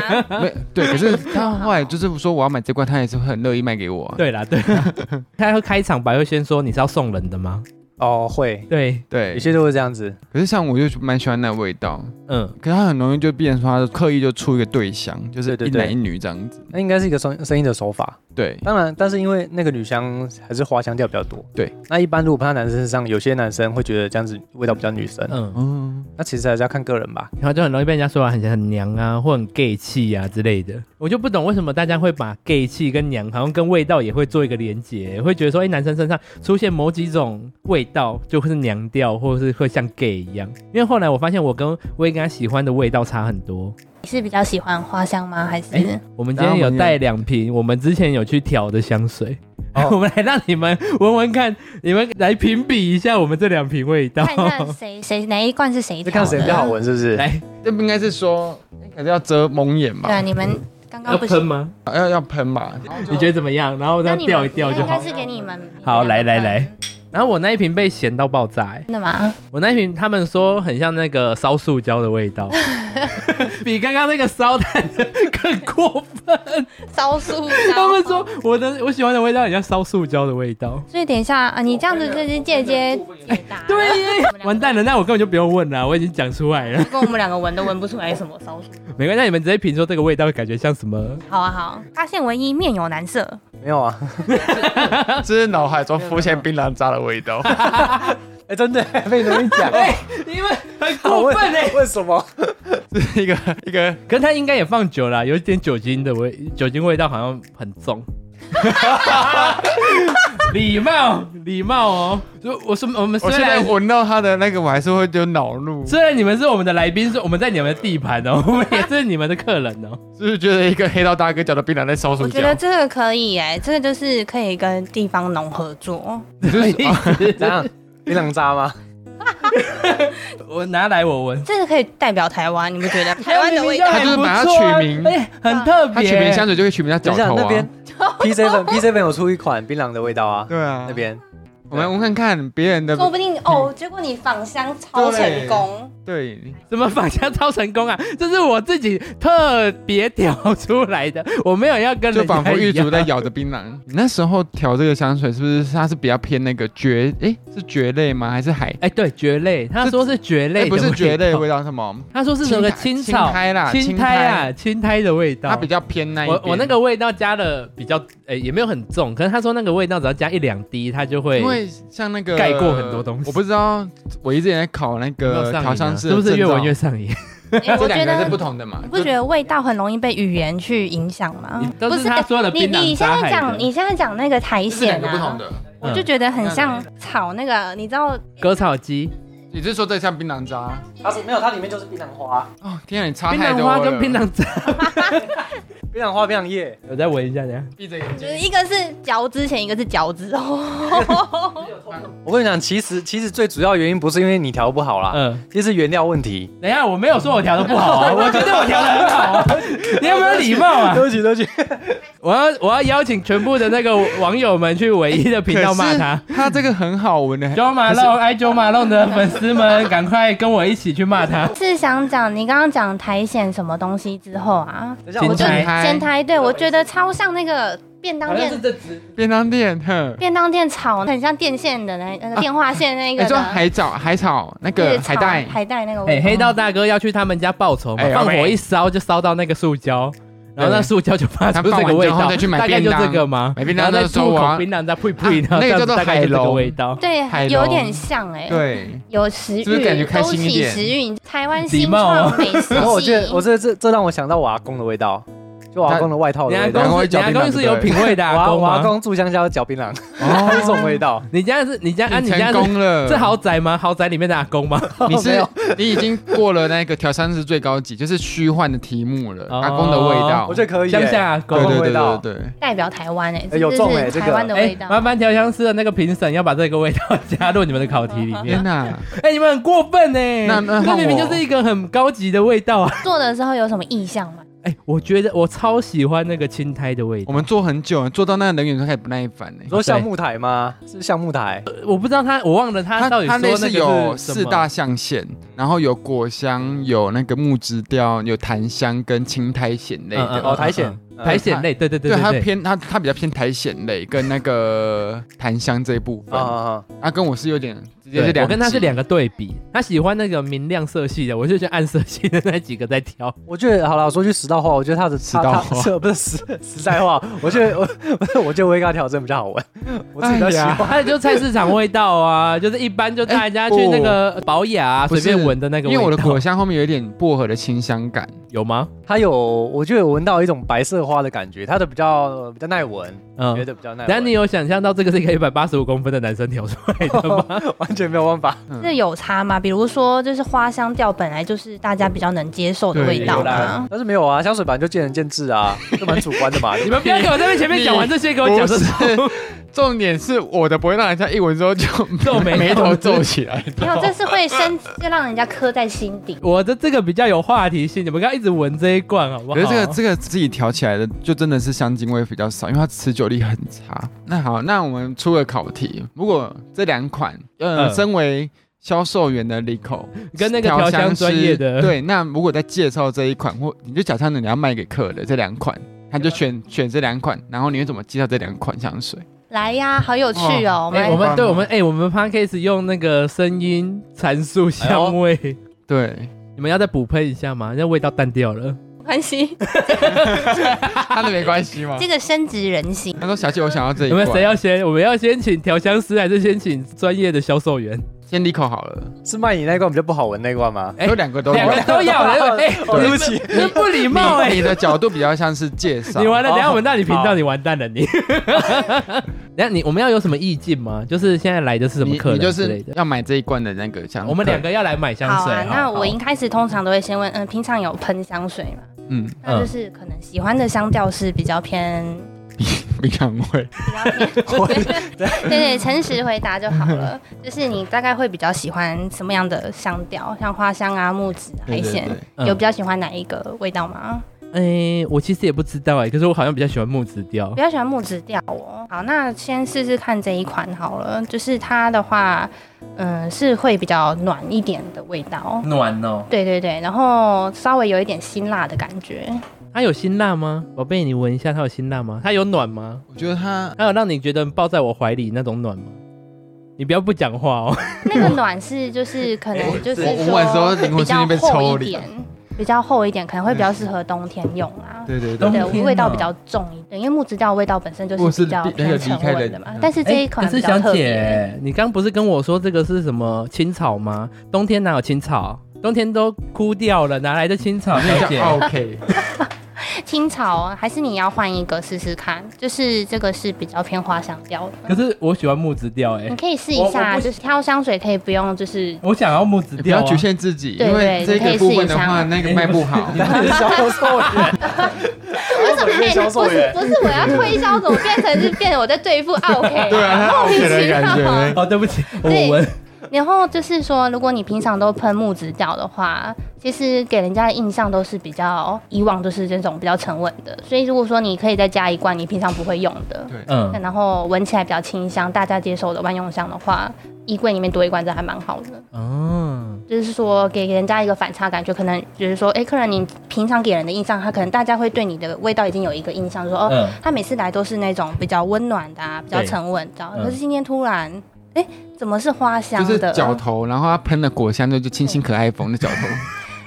[SPEAKER 2] 没对，可 是他后来就是说我要买这罐，他也是会很乐意卖给我啊、
[SPEAKER 3] 对啦， 对啦，他会开场白会先说你是要送人的吗？
[SPEAKER 1] 哦会，
[SPEAKER 3] 对，
[SPEAKER 1] 有
[SPEAKER 2] 对，
[SPEAKER 1] 些都会这样子。
[SPEAKER 2] 可是像我就蛮喜欢那味道，
[SPEAKER 3] 嗯，
[SPEAKER 2] 可是他很容易就变成说他刻意就出一个对象，就是
[SPEAKER 1] 对
[SPEAKER 2] 一
[SPEAKER 1] 对对
[SPEAKER 2] 男一女这样子。
[SPEAKER 1] 那应该是一个声声音的手法。
[SPEAKER 2] 对，
[SPEAKER 1] 当然，但是因为那个女香还是花香调比较多。
[SPEAKER 2] 对，
[SPEAKER 1] 那一般如果喷在男生身上，有些男生会觉得这样子味道比较女生。
[SPEAKER 3] 嗯，
[SPEAKER 2] 嗯，
[SPEAKER 1] 那其实还是要看个人吧。
[SPEAKER 3] 然后就很容易被人家说啊很很娘啊，或很 gay 气啊之类的。我就不懂为什么大家会把 gay 气跟娘好像跟味道也会做一个连结，会觉得说，哎、男生身上出现某几种味道就会是娘调，或者是会像 gay 一样。因为后来我发现我跟威跟他喜欢的味道差很多。
[SPEAKER 4] 你是比较喜欢花香吗？还是、
[SPEAKER 3] 哎我们今天有带两瓶我们之前有去调的香水，
[SPEAKER 4] 哦
[SPEAKER 3] 我们来让你们闻闻看，你们来评比一下我们这两瓶味道。
[SPEAKER 4] 看看谁谁哪一罐是谁
[SPEAKER 1] 就
[SPEAKER 4] 调
[SPEAKER 1] 看
[SPEAKER 4] 的？
[SPEAKER 1] 谁比较好闻，是不是？
[SPEAKER 3] 来，
[SPEAKER 2] 这不应该是说，哎可是要遮蒙眼吧
[SPEAKER 4] 对啊，？你们刚
[SPEAKER 3] 要
[SPEAKER 4] 刚不
[SPEAKER 3] 喷
[SPEAKER 4] 是？
[SPEAKER 3] 吗？
[SPEAKER 2] 要要喷吧？
[SPEAKER 3] 你觉得怎么样？然后这
[SPEAKER 4] 那
[SPEAKER 3] 样
[SPEAKER 4] 你
[SPEAKER 3] 调
[SPEAKER 4] 们
[SPEAKER 3] 一调就
[SPEAKER 4] 应
[SPEAKER 3] 好
[SPEAKER 4] 该。是给你们
[SPEAKER 3] 好来来
[SPEAKER 4] 嗯
[SPEAKER 3] 来然后我那一瓶被咸到爆炸、欸，
[SPEAKER 4] 真的吗？
[SPEAKER 3] 我那一瓶他们说很像那个烧塑胶的味 道，比刚刚那个烧炭的更过分。
[SPEAKER 4] 招数，
[SPEAKER 3] 他们说我的我喜欢的味道很像烧塑胶的味 道。
[SPEAKER 4] 所以等一下啊，你这样子就是间接解答，
[SPEAKER 3] 对耶
[SPEAKER 4] 我们两个
[SPEAKER 3] 完蛋了，那我根本就不用问了，我已经讲出来了。
[SPEAKER 4] 跟我们两个闻都闻不出来什么招数。
[SPEAKER 3] 没关系，那你们直接评说这个味道感觉像什么？
[SPEAKER 4] 好啊好，发现唯一面有难色，
[SPEAKER 1] 没有 啊，
[SPEAKER 2] 这是脑海中浮现槟榔渣的味道。
[SPEAKER 1] 哎，真的被你这么一讲，
[SPEAKER 3] 你们很过分
[SPEAKER 2] 欸
[SPEAKER 3] 哎、
[SPEAKER 1] 为什么？
[SPEAKER 2] 这 是一个一个，
[SPEAKER 3] 可是它应该也放久了啊、有一点酒精的味，酒精味道好像很 重。礼貌，礼貌哦。就我说，我们虽
[SPEAKER 2] 我现在
[SPEAKER 3] 然
[SPEAKER 2] 闻到它的那个，我还是会就恼怒，
[SPEAKER 3] 虽然你们是我们的来宾，是我们在你们的地盘 哦，我们也是你们的客人哦。
[SPEAKER 2] 就是觉得一个黑道大哥嚼的槟榔在烧
[SPEAKER 4] 我
[SPEAKER 2] 塑
[SPEAKER 4] 觉
[SPEAKER 2] 胶
[SPEAKER 4] 得。这个可以哎、这个就是可以跟地方农合作。
[SPEAKER 2] 就是
[SPEAKER 1] 怎样？ 槟榔渣吗？
[SPEAKER 3] 我拿来我闻，
[SPEAKER 4] 这个可以代表台湾，你不觉得？ 台湾的味道
[SPEAKER 2] 哎，他就是把它取名
[SPEAKER 3] 哎、很特别。
[SPEAKER 2] 他取名香水就会取名叫
[SPEAKER 1] 等
[SPEAKER 2] 脚
[SPEAKER 1] 一下，
[SPEAKER 2] 头
[SPEAKER 1] 那边
[SPEAKER 2] 啊。
[SPEAKER 1] PJ 粉 PJ 粉有出一款槟榔的味道啊，
[SPEAKER 2] 对啊，
[SPEAKER 1] 那边
[SPEAKER 2] 我们我们看看别人的
[SPEAKER 4] 说不定哦，结果你仿香超成功，
[SPEAKER 2] 对，
[SPEAKER 3] 怎么仿香超成功啊？ 这是我自己特别调出来的， 我没有要跟
[SPEAKER 2] 就
[SPEAKER 3] 人家
[SPEAKER 2] 仿佛狱
[SPEAKER 3] 一样
[SPEAKER 2] 卒在咬着槟榔。你那时候调这个香水是不是它是比较偏那个蕨？诶，是蕨类吗？还是海？
[SPEAKER 3] 哎、对，蕨类，他说是蕨类、
[SPEAKER 2] 诶不是蕨类，味道，什么？
[SPEAKER 3] 他说是什么青草、
[SPEAKER 2] 苔啦，
[SPEAKER 3] 青
[SPEAKER 2] 青
[SPEAKER 3] 苔啊、青苔的味道。
[SPEAKER 2] 它比较偏那一
[SPEAKER 3] 我
[SPEAKER 2] 边
[SPEAKER 3] 我那个味道加了比较，哎、也没有很重，可是他说那个味道只要加一两滴，它就会
[SPEAKER 2] 因为像那个
[SPEAKER 3] 盖过很多东西
[SPEAKER 2] 我不知道，我一直也在考那
[SPEAKER 3] 有没有
[SPEAKER 2] 个
[SPEAKER 3] 上瘾
[SPEAKER 2] 调
[SPEAKER 3] 啊
[SPEAKER 2] 香师
[SPEAKER 3] 是
[SPEAKER 2] 的
[SPEAKER 3] 不
[SPEAKER 2] 证照，
[SPEAKER 3] 是越闻越上瘾？
[SPEAKER 4] 哎
[SPEAKER 2] 这
[SPEAKER 4] 我
[SPEAKER 2] 两
[SPEAKER 4] 觉
[SPEAKER 2] 个是
[SPEAKER 4] 得
[SPEAKER 2] 不。同的嘛？
[SPEAKER 4] 你不觉得味道很容易被语言去影响吗？
[SPEAKER 3] 都
[SPEAKER 4] 不
[SPEAKER 3] 是
[SPEAKER 4] 是
[SPEAKER 3] 他说的
[SPEAKER 4] 你
[SPEAKER 3] 槟
[SPEAKER 4] 你
[SPEAKER 3] 榔
[SPEAKER 4] 现
[SPEAKER 3] 渣
[SPEAKER 4] 在
[SPEAKER 3] 海的
[SPEAKER 4] 讲，你现在讲那个苔
[SPEAKER 2] 就这两
[SPEAKER 4] 藓
[SPEAKER 2] 个不同
[SPEAKER 4] 啊，
[SPEAKER 2] 的？
[SPEAKER 4] 我就觉得很像炒那个，你知道
[SPEAKER 3] 割草机、
[SPEAKER 2] 你是说这像槟榔渣？
[SPEAKER 1] 它是没有，它里面就是槟榔花，
[SPEAKER 2] 哦，天啊，你差
[SPEAKER 3] 槟
[SPEAKER 2] 太
[SPEAKER 3] 榔
[SPEAKER 2] 多
[SPEAKER 3] 花
[SPEAKER 2] 了。
[SPEAKER 3] 跟槟榔 渣，
[SPEAKER 1] 槟榔花、槟榔叶，
[SPEAKER 3] 我再闻一下，等一下。
[SPEAKER 2] 闭着眼
[SPEAKER 4] 就是
[SPEAKER 2] 睛，
[SPEAKER 4] 一个是嚼之前，一个是嚼之后。
[SPEAKER 1] 我跟你讲，其实其实最主要原因不是因为你调不好啦，
[SPEAKER 3] 嗯，
[SPEAKER 1] 其实原料问 题。
[SPEAKER 3] 等一下，我没有说我调的不好 啊，我觉得我调的很好啊， 你有没有礼貌啊？
[SPEAKER 1] 对不起，对不起。
[SPEAKER 3] 我要我要邀请全部的那个网友们去唯一的频道骂他。，
[SPEAKER 2] 他这个很好闻 的，
[SPEAKER 3] 九马龙爱九马龙的粉丝们，赶快跟我一起去骂他。
[SPEAKER 4] 是想讲你刚刚讲苔藓什么东西之后啊，
[SPEAKER 1] 等一下，
[SPEAKER 3] 剪
[SPEAKER 1] 我
[SPEAKER 3] 辑
[SPEAKER 1] 就
[SPEAKER 3] 苔
[SPEAKER 4] 煎苔，对我觉得超像那个便当店，
[SPEAKER 3] 这只
[SPEAKER 2] 便当店，哼，
[SPEAKER 4] 便当店炒很像电线的那那个电话线那
[SPEAKER 2] 你
[SPEAKER 4] 个
[SPEAKER 2] 哎说
[SPEAKER 4] 的，
[SPEAKER 2] 海藻、海草那
[SPEAKER 4] 就是
[SPEAKER 2] 个
[SPEAKER 4] 炒
[SPEAKER 2] 海带，
[SPEAKER 4] 海带那个嗯味
[SPEAKER 3] 哎，
[SPEAKER 4] 道。
[SPEAKER 3] 黑道大哥要去他们家报仇嘛，
[SPEAKER 2] 哎
[SPEAKER 3] 放火
[SPEAKER 2] 喂
[SPEAKER 3] 一烧就烧到那个塑胶，然后那
[SPEAKER 2] 对
[SPEAKER 3] 塑胶就发
[SPEAKER 2] 他
[SPEAKER 3] 出
[SPEAKER 2] 放完
[SPEAKER 3] 这个味
[SPEAKER 2] 之后
[SPEAKER 3] 道，
[SPEAKER 2] 再去买
[SPEAKER 3] 大概就
[SPEAKER 2] 便当
[SPEAKER 3] 这个吗？
[SPEAKER 2] 买便
[SPEAKER 3] 然
[SPEAKER 2] 当
[SPEAKER 3] 后再
[SPEAKER 2] 的时候
[SPEAKER 3] 吐
[SPEAKER 2] 我
[SPEAKER 3] 口
[SPEAKER 2] 要
[SPEAKER 3] 槟榔，再呸呸，
[SPEAKER 2] 啊
[SPEAKER 3] 然后
[SPEAKER 2] 那个叫做
[SPEAKER 3] 大概就这
[SPEAKER 2] 海
[SPEAKER 3] 个
[SPEAKER 2] 龙
[SPEAKER 3] 味道。
[SPEAKER 4] 对
[SPEAKER 2] 海，
[SPEAKER 4] 有
[SPEAKER 2] 龙
[SPEAKER 4] 点像哎、，
[SPEAKER 2] 对，
[SPEAKER 4] 有食欲，
[SPEAKER 2] 是不是感觉开
[SPEAKER 4] 勾
[SPEAKER 2] 心一
[SPEAKER 4] 起
[SPEAKER 2] 点
[SPEAKER 4] 食欲。台湾
[SPEAKER 3] 礼
[SPEAKER 4] 新
[SPEAKER 3] 貌啊
[SPEAKER 4] 创美食
[SPEAKER 1] 然后我记得，
[SPEAKER 4] 系
[SPEAKER 1] 我这这这让我想到我阿公的味道，就我阿公的外套
[SPEAKER 3] 你
[SPEAKER 1] 的
[SPEAKER 3] 阿
[SPEAKER 1] 味
[SPEAKER 3] 公
[SPEAKER 1] 道。
[SPEAKER 2] 然后
[SPEAKER 3] 是
[SPEAKER 2] 会
[SPEAKER 3] 你
[SPEAKER 2] 嚼
[SPEAKER 3] 阿
[SPEAKER 2] 槟榔哦
[SPEAKER 3] 公
[SPEAKER 2] 对不
[SPEAKER 3] 是
[SPEAKER 2] 对
[SPEAKER 3] 有品味的
[SPEAKER 1] 我
[SPEAKER 3] 阿
[SPEAKER 1] 阿
[SPEAKER 3] 公
[SPEAKER 1] 我阿
[SPEAKER 3] 吗？
[SPEAKER 1] 公住乡下嚼槟榔，
[SPEAKER 2] 哦
[SPEAKER 1] 这种味道。
[SPEAKER 3] 你家是你家啊？你
[SPEAKER 2] 你
[SPEAKER 3] 家
[SPEAKER 2] 成
[SPEAKER 3] 是
[SPEAKER 2] 功了，
[SPEAKER 3] 这豪宅吗？豪宅里面的阿 公吗？
[SPEAKER 2] 你
[SPEAKER 1] 没
[SPEAKER 2] 是
[SPEAKER 1] 有
[SPEAKER 2] 你已经过了那个调香师最高级，就是虚幻的题目了，
[SPEAKER 3] 哦
[SPEAKER 2] 阿公的味道，
[SPEAKER 1] 我觉得可以耶。
[SPEAKER 3] 乡下阿公
[SPEAKER 2] 对。对
[SPEAKER 1] 味
[SPEAKER 2] 对
[SPEAKER 1] 道
[SPEAKER 2] 对对对，
[SPEAKER 4] 代表台湾哎、
[SPEAKER 1] 哎
[SPEAKER 4] 这
[SPEAKER 1] 有中哎
[SPEAKER 4] 是
[SPEAKER 1] 这个
[SPEAKER 4] 台湾的味
[SPEAKER 3] 哎，
[SPEAKER 4] 道。
[SPEAKER 3] 麻烦调香师的那个评审要把这个味道加入你们的考题里面
[SPEAKER 2] 天。哪，
[SPEAKER 3] 哎，你们很过分呢！
[SPEAKER 2] 那那
[SPEAKER 3] 这
[SPEAKER 2] 换
[SPEAKER 3] 明明
[SPEAKER 2] 我
[SPEAKER 3] 就是一个很高级的味道啊！
[SPEAKER 4] 做的时候有什么意向吗？
[SPEAKER 3] 哎，我觉得我超喜欢那个青苔的味
[SPEAKER 2] 我
[SPEAKER 3] 道。
[SPEAKER 2] 们做很久，做到那个人员都开始不耐烦
[SPEAKER 1] 你
[SPEAKER 2] 了。
[SPEAKER 1] 说橡木台吗？是橡木台，
[SPEAKER 3] 呃我不知道他，我忘了他到底
[SPEAKER 2] 它
[SPEAKER 3] 说
[SPEAKER 2] 类
[SPEAKER 3] 那个
[SPEAKER 2] 似
[SPEAKER 3] 是
[SPEAKER 2] 有
[SPEAKER 3] 什
[SPEAKER 2] 四
[SPEAKER 3] 么
[SPEAKER 2] 大象限，然后有果香，有那个木质调，有檀香跟青苔藓类
[SPEAKER 3] 嗯嗯
[SPEAKER 2] 的。
[SPEAKER 1] 哦，苔藓
[SPEAKER 3] 嗯，苔藓类，对对对
[SPEAKER 2] 对，它
[SPEAKER 3] 对对。
[SPEAKER 2] 偏它它比较偏苔藓类跟那个檀香这一部
[SPEAKER 1] 啊
[SPEAKER 2] 分。
[SPEAKER 1] 啊啊！
[SPEAKER 2] 啊，跟我是有点直接
[SPEAKER 3] 对
[SPEAKER 2] 是两，
[SPEAKER 3] 我跟哦他是两。个对比，他喜欢那个明亮色系的，我就喜欢暗色系的那几个在挑。
[SPEAKER 1] 我觉得好了，我说句实到话，我觉得他的
[SPEAKER 2] 实到话
[SPEAKER 1] 他他是不是实实在话，我觉得我不是，我觉得我会跟他调整比较好闻，我自己在喜欢。
[SPEAKER 3] 还有就是菜市场味道啊，就是一般就大家去那个保雅啊
[SPEAKER 2] 哎不
[SPEAKER 3] 随
[SPEAKER 2] 是
[SPEAKER 3] 便闻的那个
[SPEAKER 2] 因
[SPEAKER 3] 味
[SPEAKER 2] 为
[SPEAKER 3] 道。
[SPEAKER 2] 我的果香后面有一点薄荷的清香 感，
[SPEAKER 3] 有吗？
[SPEAKER 1] 它有，我觉得我闻到一种白色花的感觉，它的比较比较耐闻，
[SPEAKER 3] 嗯
[SPEAKER 1] 觉。得比较耐
[SPEAKER 3] 等下
[SPEAKER 1] 闻。
[SPEAKER 3] 你有想象到这个是一个一百八十五公分的男生调出来的 吗？
[SPEAKER 1] 完全没有办法，
[SPEAKER 2] 嗯
[SPEAKER 4] 这有差吗？比如说，就是花香调本来就是大家比较能接受的味
[SPEAKER 2] 有
[SPEAKER 4] 道
[SPEAKER 1] 有啦
[SPEAKER 4] 吗？
[SPEAKER 1] 但是没有啊，香水本来就见仁见智 啊，就蛮主观的嘛。
[SPEAKER 3] 你们不要给我在那前面讲完这些，给我
[SPEAKER 2] 不
[SPEAKER 3] 讲这
[SPEAKER 2] 是，重点是我的不会让人家一闻之后就
[SPEAKER 3] 皱眉
[SPEAKER 2] 眉
[SPEAKER 3] 头
[SPEAKER 2] 头皱起来。
[SPEAKER 4] 没有，这是会深， 就让人家刻在心底。
[SPEAKER 3] 我的这个比较有话题性，你们刚刚一直闻这一罐好不好？
[SPEAKER 2] 可是这个这个自己调起来的，就真的是香精味比较少，因为它持久力很差。那好，那我们出个考题，如果这两款，呃，
[SPEAKER 3] 嗯
[SPEAKER 2] 身为销售员的 Lico
[SPEAKER 3] 跟那个调
[SPEAKER 2] 调
[SPEAKER 3] 香
[SPEAKER 2] 香
[SPEAKER 3] 专业的
[SPEAKER 2] 师对，那如果在介绍这一款，或你就假设你要卖给客人这两款，他就选选这两款，然后你会怎么介绍这两款香水？
[SPEAKER 4] 来呀，好有趣哦！我
[SPEAKER 3] 哎、
[SPEAKER 4] 们
[SPEAKER 3] 我们
[SPEAKER 2] 棒
[SPEAKER 3] 对我们哎、我们 podcast 用那个声音阐述香味，
[SPEAKER 2] 哎对，
[SPEAKER 3] 你们要再补喷一下吗？那味道淡掉了。
[SPEAKER 4] 没 关系，
[SPEAKER 2] 他的没关系吗
[SPEAKER 4] 这？个深植人心。
[SPEAKER 2] 他说：“小姐，我想要这一
[SPEAKER 3] 有没
[SPEAKER 2] 款。
[SPEAKER 3] 有谁要先？我们要先请调香师，还是先请专业的销售员？
[SPEAKER 2] 先 Lico 好了，
[SPEAKER 1] 是卖你那罐比较不好闻那罐吗？
[SPEAKER 3] 哎
[SPEAKER 2] 有两个都
[SPEAKER 3] 两个都 要了，哎、
[SPEAKER 1] 对不起，
[SPEAKER 3] 你不礼貌哎、
[SPEAKER 2] 你你的角度比较像是介绍
[SPEAKER 3] 你。完了，
[SPEAKER 1] 好
[SPEAKER 3] 等一下我们到你频道，
[SPEAKER 1] 好
[SPEAKER 3] 你完蛋了你。哦 等一下你我们要有什么意见吗？就是现在来的是什么
[SPEAKER 2] 你
[SPEAKER 3] 客
[SPEAKER 2] 你
[SPEAKER 3] 人
[SPEAKER 2] 就
[SPEAKER 3] 之类
[SPEAKER 2] 是
[SPEAKER 3] 的？
[SPEAKER 2] 要买这一罐的那个香，
[SPEAKER 3] 我们两个要来买香
[SPEAKER 4] 好
[SPEAKER 3] 水。
[SPEAKER 4] 啊，那我
[SPEAKER 3] 好
[SPEAKER 4] 一开始通常都会先问，嗯，平常有喷香水吗？
[SPEAKER 2] 嗯，
[SPEAKER 4] 那就是可能喜欢的香调是比较偏，
[SPEAKER 2] 槟榔味，
[SPEAKER 4] 比较偏， 对 对，诚实回答就好了。就是你大概会比较喜欢什么样的香调，像花香啊、木质、海鲜，
[SPEAKER 3] 嗯
[SPEAKER 4] 有比较喜欢哪一个味道吗？
[SPEAKER 3] 哎、我其实也不知道哎、可是我好像比较喜欢木质调
[SPEAKER 4] 比。较喜欢木质调哦。好，那先试试看这一款好了。就是它的话，嗯，是会比较暖一点的味道。
[SPEAKER 3] 暖哦，
[SPEAKER 4] 对对对，然后稍微有一点辛辣的感觉，
[SPEAKER 3] 它有辛辣吗？宝贝，你闻一下，它有辛辣吗？它有暖吗？
[SPEAKER 2] 我觉得它
[SPEAKER 3] 还有让你觉得抱在我怀里那种暖吗？你不要不讲话哦。
[SPEAKER 4] 那个暖是就是可能 就是
[SPEAKER 2] 哎我我闻的时候
[SPEAKER 4] 说
[SPEAKER 2] 灵魂
[SPEAKER 4] 比
[SPEAKER 2] 瞬间
[SPEAKER 4] 较
[SPEAKER 2] 被抽
[SPEAKER 4] 厚一
[SPEAKER 2] 离
[SPEAKER 4] 点，比较厚一点，可能会比较适合冬天用啊。
[SPEAKER 2] 对对
[SPEAKER 3] 冬
[SPEAKER 2] 对，
[SPEAKER 4] 对，
[SPEAKER 3] 天
[SPEAKER 4] 味道
[SPEAKER 3] 啊
[SPEAKER 4] 比较重一点，因为木质调味道本身就
[SPEAKER 2] 或
[SPEAKER 4] 是
[SPEAKER 2] 是
[SPEAKER 4] 比较
[SPEAKER 2] 离那
[SPEAKER 4] 偏
[SPEAKER 2] 个
[SPEAKER 4] 沉
[SPEAKER 2] 离开
[SPEAKER 4] 稳
[SPEAKER 2] 的
[SPEAKER 4] 的嘛
[SPEAKER 2] 嗯。
[SPEAKER 4] 但是 这一款
[SPEAKER 3] 哎可
[SPEAKER 4] 比
[SPEAKER 3] 是
[SPEAKER 4] 较
[SPEAKER 3] 小
[SPEAKER 4] 特别，
[SPEAKER 3] 姐，你刚不是跟我说这个是什么青草吗？冬天哪有青草？冬天都枯掉了，哪来的青 草？
[SPEAKER 2] 那个
[SPEAKER 3] 小姐，
[SPEAKER 4] 哦
[SPEAKER 2] 叫 OK，
[SPEAKER 4] 青草啊还是你要换一个试试看，就是这个是比较偏花香调
[SPEAKER 3] 可
[SPEAKER 4] 的。
[SPEAKER 3] 是我喜欢木质调哎、
[SPEAKER 4] 你可以试
[SPEAKER 3] 我
[SPEAKER 4] 一
[SPEAKER 3] 我
[SPEAKER 4] 下，
[SPEAKER 3] 不
[SPEAKER 4] 就是挑香水可以不用，就是
[SPEAKER 3] 我想要木质
[SPEAKER 2] 你不
[SPEAKER 3] 调、
[SPEAKER 2] 要
[SPEAKER 3] 啊。
[SPEAKER 2] 局限自己，
[SPEAKER 4] 对
[SPEAKER 2] 因为
[SPEAKER 4] 对
[SPEAKER 2] 这
[SPEAKER 4] 你可
[SPEAKER 2] 个
[SPEAKER 4] 以
[SPEAKER 2] 部分
[SPEAKER 4] 试
[SPEAKER 2] 的
[SPEAKER 4] 一下
[SPEAKER 2] 话，那个卖不好。
[SPEAKER 1] 销售员，
[SPEAKER 4] 为什
[SPEAKER 1] 售里面销售员。
[SPEAKER 5] 不是我要推销，怎么变成是变成我在对付 OK？
[SPEAKER 2] 对啊，他 OK 的感觉呢。
[SPEAKER 3] 哦，对不起，
[SPEAKER 5] 对
[SPEAKER 3] 我闻。
[SPEAKER 4] 然后就是说，如果你平常都喷木质调的话，其实给人家的印象都是比较哦以往都是这种比较沉稳的。所以如果说你可以再加一罐你平常不会用的，
[SPEAKER 3] 嗯，
[SPEAKER 4] 然后闻起来比较清香，大家接受的万用香的话，衣柜里面多一罐这还蛮好的。
[SPEAKER 2] 嗯
[SPEAKER 3] 哦，
[SPEAKER 4] 就是说给人家一个反差感觉，可能就是说，哎，客人你平常给人的印象，他可能大家会对你的味道已经有一个印象，说哦，
[SPEAKER 3] 嗯，
[SPEAKER 4] 他每次来都是那种比较温暖的、啊，比较沉稳的啊，
[SPEAKER 3] 嗯
[SPEAKER 4] 可是今天突然，哎，怎么是花香
[SPEAKER 2] 就
[SPEAKER 4] 的？
[SPEAKER 2] 是脚头，然后他喷了果香，就就清新可爱风的脚头，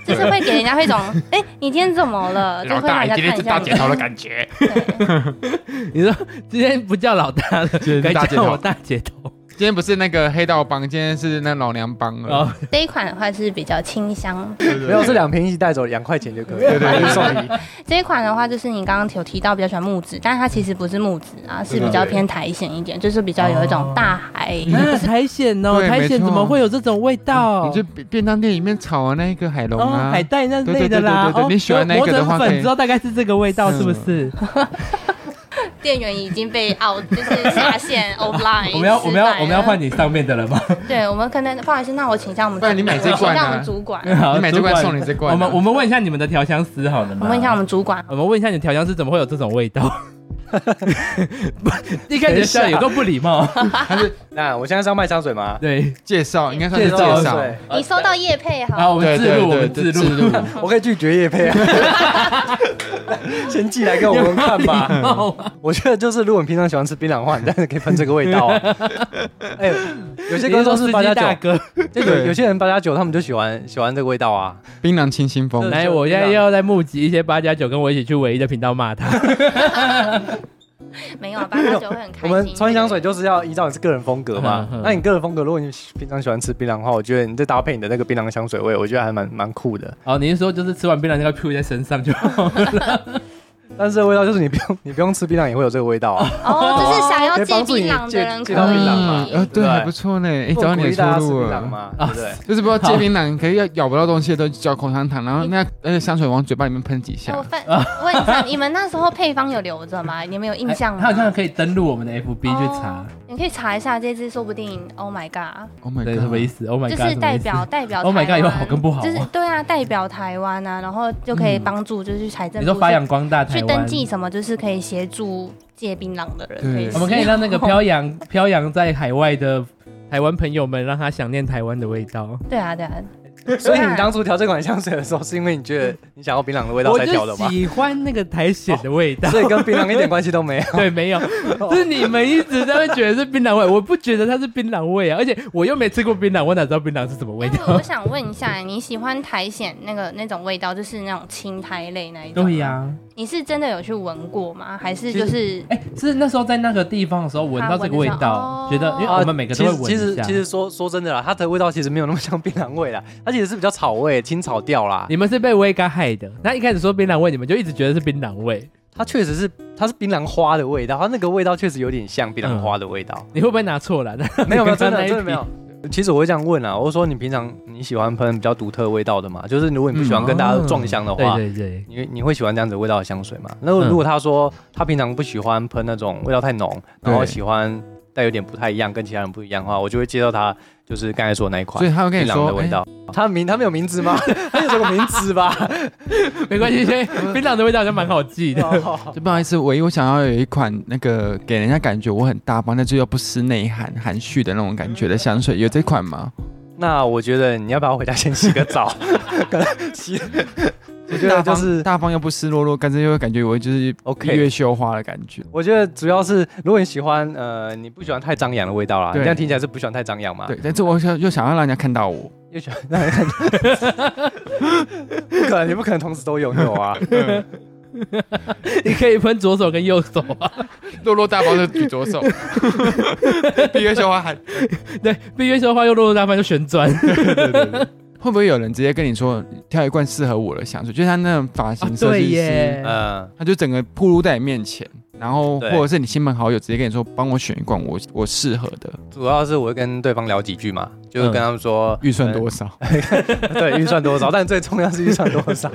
[SPEAKER 4] 就是会给人家会一种，哎、你今天怎么 了？哦就
[SPEAKER 2] 老
[SPEAKER 4] 会让
[SPEAKER 2] 大
[SPEAKER 4] 人
[SPEAKER 2] 今
[SPEAKER 4] 家
[SPEAKER 2] 天是
[SPEAKER 4] 看一下
[SPEAKER 2] 大
[SPEAKER 4] 你
[SPEAKER 2] 姐。头的感觉。
[SPEAKER 4] 对，
[SPEAKER 3] 你说今天不叫老大了，
[SPEAKER 2] 今天
[SPEAKER 3] 该
[SPEAKER 2] 是大姐
[SPEAKER 3] 叫我
[SPEAKER 2] 头，
[SPEAKER 3] 大姐头。
[SPEAKER 2] 今天不是那个黑道帮，今天是那老娘帮
[SPEAKER 3] 哦
[SPEAKER 2] 了。，
[SPEAKER 4] 这一款的话是比较清香，
[SPEAKER 1] 没有，是两瓶一起带走，两块钱就可以，
[SPEAKER 2] 对对
[SPEAKER 1] 就送 你。
[SPEAKER 4] 这一款的话就是你刚刚有提到比较喜欢木质，但是它其实不是木质啊，是比较偏苔藓一点，就是比较有一
[SPEAKER 2] 哦
[SPEAKER 4] 种大海。
[SPEAKER 3] 啊苔藓哦，
[SPEAKER 2] 对
[SPEAKER 3] 苔藓
[SPEAKER 2] 没错嗯
[SPEAKER 3] 怎么会有这种味道？
[SPEAKER 2] 你去便便当店里面炒的那个海龙
[SPEAKER 3] 哦，
[SPEAKER 2] 啊，
[SPEAKER 3] 海带那类的啦。
[SPEAKER 2] 对对对对对
[SPEAKER 3] 哦
[SPEAKER 2] 你喜欢那个的话
[SPEAKER 3] 磨成
[SPEAKER 2] 可以嗯
[SPEAKER 3] 粉之后大概是这个味道，是不 是？
[SPEAKER 4] 店员已经被 out，就是 下线 offline
[SPEAKER 3] 我们要我们要
[SPEAKER 4] 失败了
[SPEAKER 3] 我们要换你上面的了吗？
[SPEAKER 4] 对，我们可能不好意思，那我请教我
[SPEAKER 2] 不
[SPEAKER 4] 们主管，
[SPEAKER 2] 然你买这
[SPEAKER 4] 我请
[SPEAKER 2] 罐啊
[SPEAKER 4] 教我们主管，
[SPEAKER 3] 好
[SPEAKER 2] 你买这罐
[SPEAKER 3] 主
[SPEAKER 2] 送你这罐啊
[SPEAKER 3] 我们我们问一下你们的调香师好了吗？
[SPEAKER 4] 我问一下我们主管，
[SPEAKER 3] 我们问一下你的调香师怎么会有这种味道？ 不，一开始笑也都不礼貌。
[SPEAKER 1] 那我现在是要卖香水吗？
[SPEAKER 3] 对，
[SPEAKER 2] 介绍，应该算是
[SPEAKER 3] 介
[SPEAKER 2] 介
[SPEAKER 3] 绍
[SPEAKER 2] 绍。
[SPEAKER 1] 对
[SPEAKER 4] 你收到叶配
[SPEAKER 3] 然后
[SPEAKER 4] 好，
[SPEAKER 3] 我
[SPEAKER 2] 对
[SPEAKER 3] 们自
[SPEAKER 2] 对
[SPEAKER 3] 录，我
[SPEAKER 2] 对
[SPEAKER 3] 们自
[SPEAKER 2] 对，
[SPEAKER 3] 录。
[SPEAKER 2] 自 录。
[SPEAKER 1] 我可以拒绝叶配啊。 先寄来给我们看吧。我觉得就是，如果你平常喜欢吃槟榔的话，你当然可以喷这个味道 啊。哎，有些观众是
[SPEAKER 3] 司
[SPEAKER 1] 八
[SPEAKER 3] 机
[SPEAKER 1] 加
[SPEAKER 3] 大
[SPEAKER 1] 九，
[SPEAKER 3] 哥，
[SPEAKER 1] 就有有些人八加九，他们就喜欢喜欢这个味道啊。
[SPEAKER 2] 槟榔清新风
[SPEAKER 1] 对，
[SPEAKER 3] 来，
[SPEAKER 1] 就
[SPEAKER 3] 我现在
[SPEAKER 1] 这样
[SPEAKER 3] 要在募集一些八加九，跟我一起去唯一的频道骂 他。
[SPEAKER 4] 没有八加九会很开心。
[SPEAKER 1] 我们穿香水就是要依照你是个人风格嘛
[SPEAKER 3] 嗯嗯。
[SPEAKER 1] 那你个人风格，如果你平常喜欢吃槟榔的话，我觉得你再搭配你的那个槟榔香水味，我觉得还蛮蛮酷的。
[SPEAKER 3] 哦，你是说就是吃完槟榔那个屁股在身上就好了？
[SPEAKER 1] 但是这个味道就是你不用 你不用吃槟榔也会有这个味 道啊。
[SPEAKER 4] 哦，就是想要
[SPEAKER 1] 可以
[SPEAKER 4] 戒
[SPEAKER 1] 帮助
[SPEAKER 4] 槟
[SPEAKER 1] 你
[SPEAKER 4] 榔的
[SPEAKER 1] 戒
[SPEAKER 4] 人可
[SPEAKER 1] 戒到槟榔嘛
[SPEAKER 4] 以。
[SPEAKER 2] 呃，对，
[SPEAKER 1] 对
[SPEAKER 2] 还不错呢。哎，
[SPEAKER 1] 我
[SPEAKER 2] 找
[SPEAKER 1] 鼓
[SPEAKER 2] 到你的
[SPEAKER 1] 励
[SPEAKER 2] 出
[SPEAKER 1] 大家吃
[SPEAKER 2] 路
[SPEAKER 1] 槟
[SPEAKER 2] 了
[SPEAKER 1] 榔。嘛，对
[SPEAKER 3] 啊
[SPEAKER 1] 不对？
[SPEAKER 2] 就是不知道戒槟榔，可以要咬不到东西都嚼口香糖，然后那而且香水往嘴巴里面喷几
[SPEAKER 4] 哎我
[SPEAKER 1] 哦
[SPEAKER 2] 下。
[SPEAKER 4] 问问一下，你们那时候配方有留着吗？你们有印象
[SPEAKER 3] 他
[SPEAKER 4] 吗？
[SPEAKER 3] 好像可以登录我们的 FB 去查
[SPEAKER 4] 哦，你可以查一下这支，说不定 Oh my God，
[SPEAKER 2] Oh my
[SPEAKER 3] 对，什么意
[SPEAKER 2] god！
[SPEAKER 3] 思？Oh my
[SPEAKER 4] 就
[SPEAKER 3] god，
[SPEAKER 4] 是
[SPEAKER 3] 什么
[SPEAKER 4] 代
[SPEAKER 3] 意思
[SPEAKER 4] 表代表
[SPEAKER 3] Oh my
[SPEAKER 4] 台
[SPEAKER 3] god，
[SPEAKER 4] 湾
[SPEAKER 3] 有好跟不好啊
[SPEAKER 4] 就是对啊，代表台湾啊，然后就可以帮助就是财政
[SPEAKER 3] 你
[SPEAKER 4] 部
[SPEAKER 3] 说发扬光大台
[SPEAKER 4] 去去
[SPEAKER 3] 湾
[SPEAKER 4] 登。记什么，就是可以协助戒槟榔的人
[SPEAKER 2] 对
[SPEAKER 4] 可以使用。
[SPEAKER 3] 我们可以让那个飘 扬飘扬在海外的台湾朋友们，让他想念台湾的味道。
[SPEAKER 4] 对啊对啊，
[SPEAKER 1] 所以你当初调这款香水的时候，是因为你觉得你想要槟榔的味道才调的
[SPEAKER 3] 我
[SPEAKER 1] 吗
[SPEAKER 3] 就？喜欢那个苔藓的味道。
[SPEAKER 1] 所以跟槟榔一点关系都没 有。
[SPEAKER 3] 对，没有，是你们一直在那觉得是槟榔味，我不觉得它是槟榔味啊，而且我又没吃过槟榔，我哪知道槟榔是什么味
[SPEAKER 4] 那我
[SPEAKER 3] 道
[SPEAKER 4] 我？想问一下，你喜欢苔藓那个那种味道，就是那种青苔类那一种？
[SPEAKER 3] 对呀、
[SPEAKER 4] 你是真的有去闻过吗？还是就是
[SPEAKER 3] 哎、是那时候在那个地方的时候闻到这个味道，
[SPEAKER 4] 啊
[SPEAKER 3] 觉
[SPEAKER 4] 闻得
[SPEAKER 3] 得
[SPEAKER 4] 到哦
[SPEAKER 3] 因为我们每个都会闻
[SPEAKER 1] 其
[SPEAKER 3] 一
[SPEAKER 1] 实
[SPEAKER 3] 下。
[SPEAKER 1] 其实说说真的啦，它的味道其实没有那么像槟榔味啦，它其实是比较草味、青草调啦。
[SPEAKER 3] 你们是被威嘎害的，那一开始说槟榔味，你们就一直觉得是槟榔味，
[SPEAKER 1] 它确实是它是槟榔花的味道，它那个味道确实有点像槟榔花的味道。
[SPEAKER 3] 你会不会拿错了？
[SPEAKER 1] 没有没有，
[SPEAKER 3] 刚
[SPEAKER 1] 真
[SPEAKER 3] 刚那
[SPEAKER 1] 的
[SPEAKER 3] 一
[SPEAKER 1] 真的没有。其实我会这样问啊，我说你平常你喜欢喷比较独特的味道的嘛？就是如果你不喜欢跟大家都撞香的话，
[SPEAKER 3] 对对对，
[SPEAKER 1] 你你会喜欢这样子的味道的香水吗？那如果他说他平常不喜欢喷那种味道太浓，然后
[SPEAKER 2] 对
[SPEAKER 1] 喜欢带有点不太一样，跟其他人不一样的话，我就会介绍他就是刚才说的那一
[SPEAKER 2] 所
[SPEAKER 1] 款
[SPEAKER 2] 以他会跟
[SPEAKER 1] 槟
[SPEAKER 2] 你
[SPEAKER 1] 榔的
[SPEAKER 2] 说，
[SPEAKER 1] 味
[SPEAKER 2] 哎，
[SPEAKER 1] 道。他名他没有名字吗？ 他有这个名字吧？
[SPEAKER 3] 没关系，因为槟榔的味道好像蛮好记的。
[SPEAKER 1] 哦
[SPEAKER 2] 就不好意思，唯一我想要有一款那个给人家感觉我很大方，但是又不失内涵、含蓄的那种感觉的香水，有这款吗？
[SPEAKER 1] 那我觉得你要不要回家先洗个澡？ 可能洗，我觉得
[SPEAKER 2] 大
[SPEAKER 1] 就
[SPEAKER 2] 方
[SPEAKER 1] 是
[SPEAKER 2] 大方又不失落落，但是又感觉我就是闭
[SPEAKER 1] OK。
[SPEAKER 2] 月羞花的感觉。
[SPEAKER 1] 我觉得主要是如果你喜欢呃你不喜欢太张扬的味道啦，你
[SPEAKER 2] 对
[SPEAKER 1] 这样听起来是不喜欢太张扬嘛？
[SPEAKER 2] 对，但是我想又想要让人家看到我，
[SPEAKER 1] 又喜欢不可能，你不可能同时都拥有 啊。
[SPEAKER 3] 你可以喷左手跟右手啊。
[SPEAKER 2] 落落大方的举 左手， 闭月羞花喊。
[SPEAKER 3] 对，闭月说话又落入大方就旋转。
[SPEAKER 2] 会不会有人直接跟你说挑一罐
[SPEAKER 1] 啊
[SPEAKER 2] 适合我的香水？就是他那种发型设计师，
[SPEAKER 1] 嗯。
[SPEAKER 2] 他就整个暴露在你面前，然然后
[SPEAKER 6] 对
[SPEAKER 2] 或者是你亲朋好友直接跟你说，帮我选一罐我我适合的，
[SPEAKER 1] 主要是我会跟对方聊几句嘛，就是
[SPEAKER 2] 嗯
[SPEAKER 1] 跟他们 说呃
[SPEAKER 2] 预算多少？
[SPEAKER 1] 对，预算多 少，但最重要是预算多少。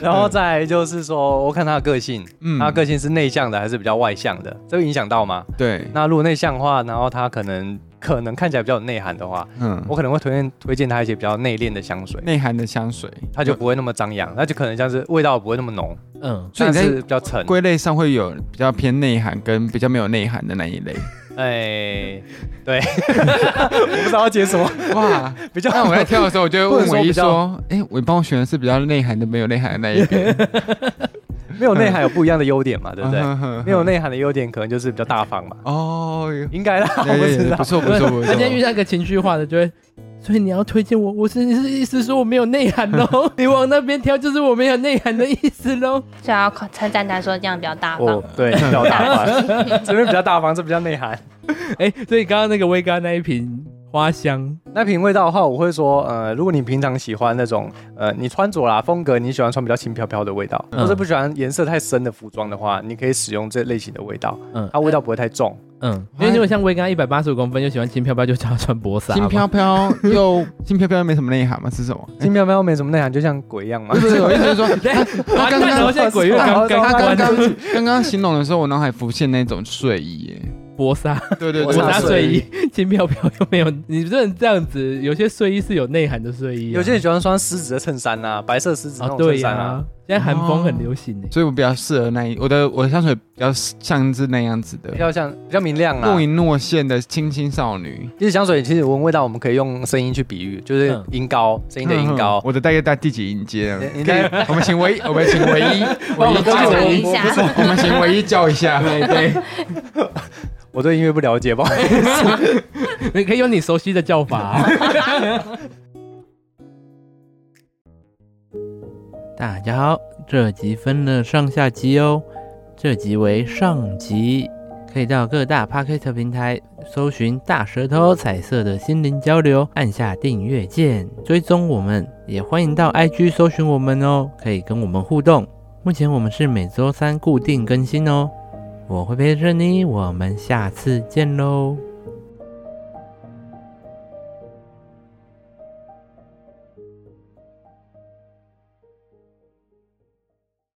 [SPEAKER 1] 然后再来就是说，我看他的个性，
[SPEAKER 2] 嗯
[SPEAKER 1] 他的个性是内向的还是比较外向的，这会影响到吗？
[SPEAKER 2] 对，
[SPEAKER 1] 那如果内向的话，然后他可能可能看起来比较有内涵的话，
[SPEAKER 2] 嗯，
[SPEAKER 1] 我可能会推荐推荐他一些比较内敛的香水，
[SPEAKER 2] 内涵的香水，
[SPEAKER 1] 他就不会那么张扬，他就可能像是味道不会那么浓，
[SPEAKER 3] 嗯，
[SPEAKER 2] 所以
[SPEAKER 1] 但
[SPEAKER 2] 你在
[SPEAKER 1] 是比较沉。
[SPEAKER 2] 归类上会有比较偏内涵跟比较没有内涵的那一类。
[SPEAKER 1] 哎，对，我不知道要接什么，
[SPEAKER 2] 哇，
[SPEAKER 1] 比较
[SPEAKER 2] 那我在挑的时候，我就会问
[SPEAKER 1] 不能说
[SPEAKER 2] 唯一
[SPEAKER 1] 比较
[SPEAKER 2] 说，哎、我帮我选的是比较内涵的，没有内涵的那一边，
[SPEAKER 1] 没有内涵有不一样的优点嘛，对不对？
[SPEAKER 2] 对
[SPEAKER 1] 没有内涵的优点可能就是比较大方嘛，
[SPEAKER 2] 哦，
[SPEAKER 1] 应 该啦，我
[SPEAKER 2] 对
[SPEAKER 1] 不
[SPEAKER 2] 对
[SPEAKER 1] 知
[SPEAKER 2] 对
[SPEAKER 1] 道
[SPEAKER 2] 不。错不错不错，
[SPEAKER 3] 他今天遇到一个情绪化的，就会，所以你要推荐我，我是你是意思说我没有内涵喽？你往那边挑就是我没有内涵的意思喽？
[SPEAKER 4] 所以要夸称赞他说这样比较大方。
[SPEAKER 1] 哦，对，比较大 方，这边比较大方，这比较内涵。
[SPEAKER 3] 哎、所以刚刚那个威哥那一瓶花香，
[SPEAKER 1] 那品味道的话，我会说，呃，如果你平常喜欢那种，呃，你穿着啦风格，你喜欢穿比较轻飘飘的味道，
[SPEAKER 3] 嗯
[SPEAKER 1] 或者不喜欢颜色太深的服装的话，你可以使用这类型的味道，
[SPEAKER 3] 嗯
[SPEAKER 1] 它味道不会太重。
[SPEAKER 3] 嗯，因为如果像威哥一百八十五公分又喜欢轻飘飘，就叫他穿薄纱嘛，
[SPEAKER 2] 轻飘飘又 轻飘飘又没什么内涵嘛，是什么？
[SPEAKER 1] 轻飘飘没什么内涵，就像鬼一样嘛
[SPEAKER 2] 不。是不是，我意思 是说，
[SPEAKER 3] 完
[SPEAKER 2] 刚
[SPEAKER 3] 蛋了，
[SPEAKER 2] 刚
[SPEAKER 3] 我现在鬼月刚
[SPEAKER 2] 他
[SPEAKER 3] 刚
[SPEAKER 2] 刚
[SPEAKER 3] 关
[SPEAKER 2] 刚刚刚形容的时候，我脑海浮现那种睡衣耶，
[SPEAKER 3] 薄纱
[SPEAKER 2] 对对
[SPEAKER 1] 薄
[SPEAKER 3] 薄
[SPEAKER 2] 对，
[SPEAKER 3] 纱
[SPEAKER 1] 纱
[SPEAKER 3] 睡
[SPEAKER 1] 睡衣
[SPEAKER 3] 衣，轻飘飘又没有，你不能这样子。有些睡衣是有内涵的睡衣啊、
[SPEAKER 1] 有些人喜欢穿狮子的衬衫呐、白色狮子那
[SPEAKER 3] 啊，
[SPEAKER 1] 种
[SPEAKER 3] 对
[SPEAKER 1] 衬衫
[SPEAKER 3] 呀、
[SPEAKER 1] 啊，
[SPEAKER 3] 现在韩风很流行呢、
[SPEAKER 2] 所以我比较适合那一我的我的香水比较像是那样子的
[SPEAKER 1] 比，较像比较明亮啊啦
[SPEAKER 2] 若。隐若现的清新少女，
[SPEAKER 1] 其实香水其实闻味道，我们可以用声音去比喻，就是
[SPEAKER 3] 嗯
[SPEAKER 1] 音高，声音的音
[SPEAKER 2] 嗯
[SPEAKER 1] 高。
[SPEAKER 2] 我的大概在第几音阶啊？
[SPEAKER 1] 你你
[SPEAKER 2] 可以， 我们请唯一，我们请唯一，唯一
[SPEAKER 4] 帮我
[SPEAKER 2] 叫
[SPEAKER 4] 们一下
[SPEAKER 2] 不是， 我们请唯一叫一下。对对，
[SPEAKER 1] 我对音乐不了解，不好意思
[SPEAKER 3] 你可以用你熟悉的叫法、啊 大家好，这集分了上下集哦，这集为上集，可以到各大 p o c k e t 平台搜寻“大舌头彩色的心灵交流”，按下订阅键追踪我们，也欢迎到 IG 搜寻我们哦，可以跟我们互动。目前我们是每周三固定更新哦，我会陪着你，我们下次见喽。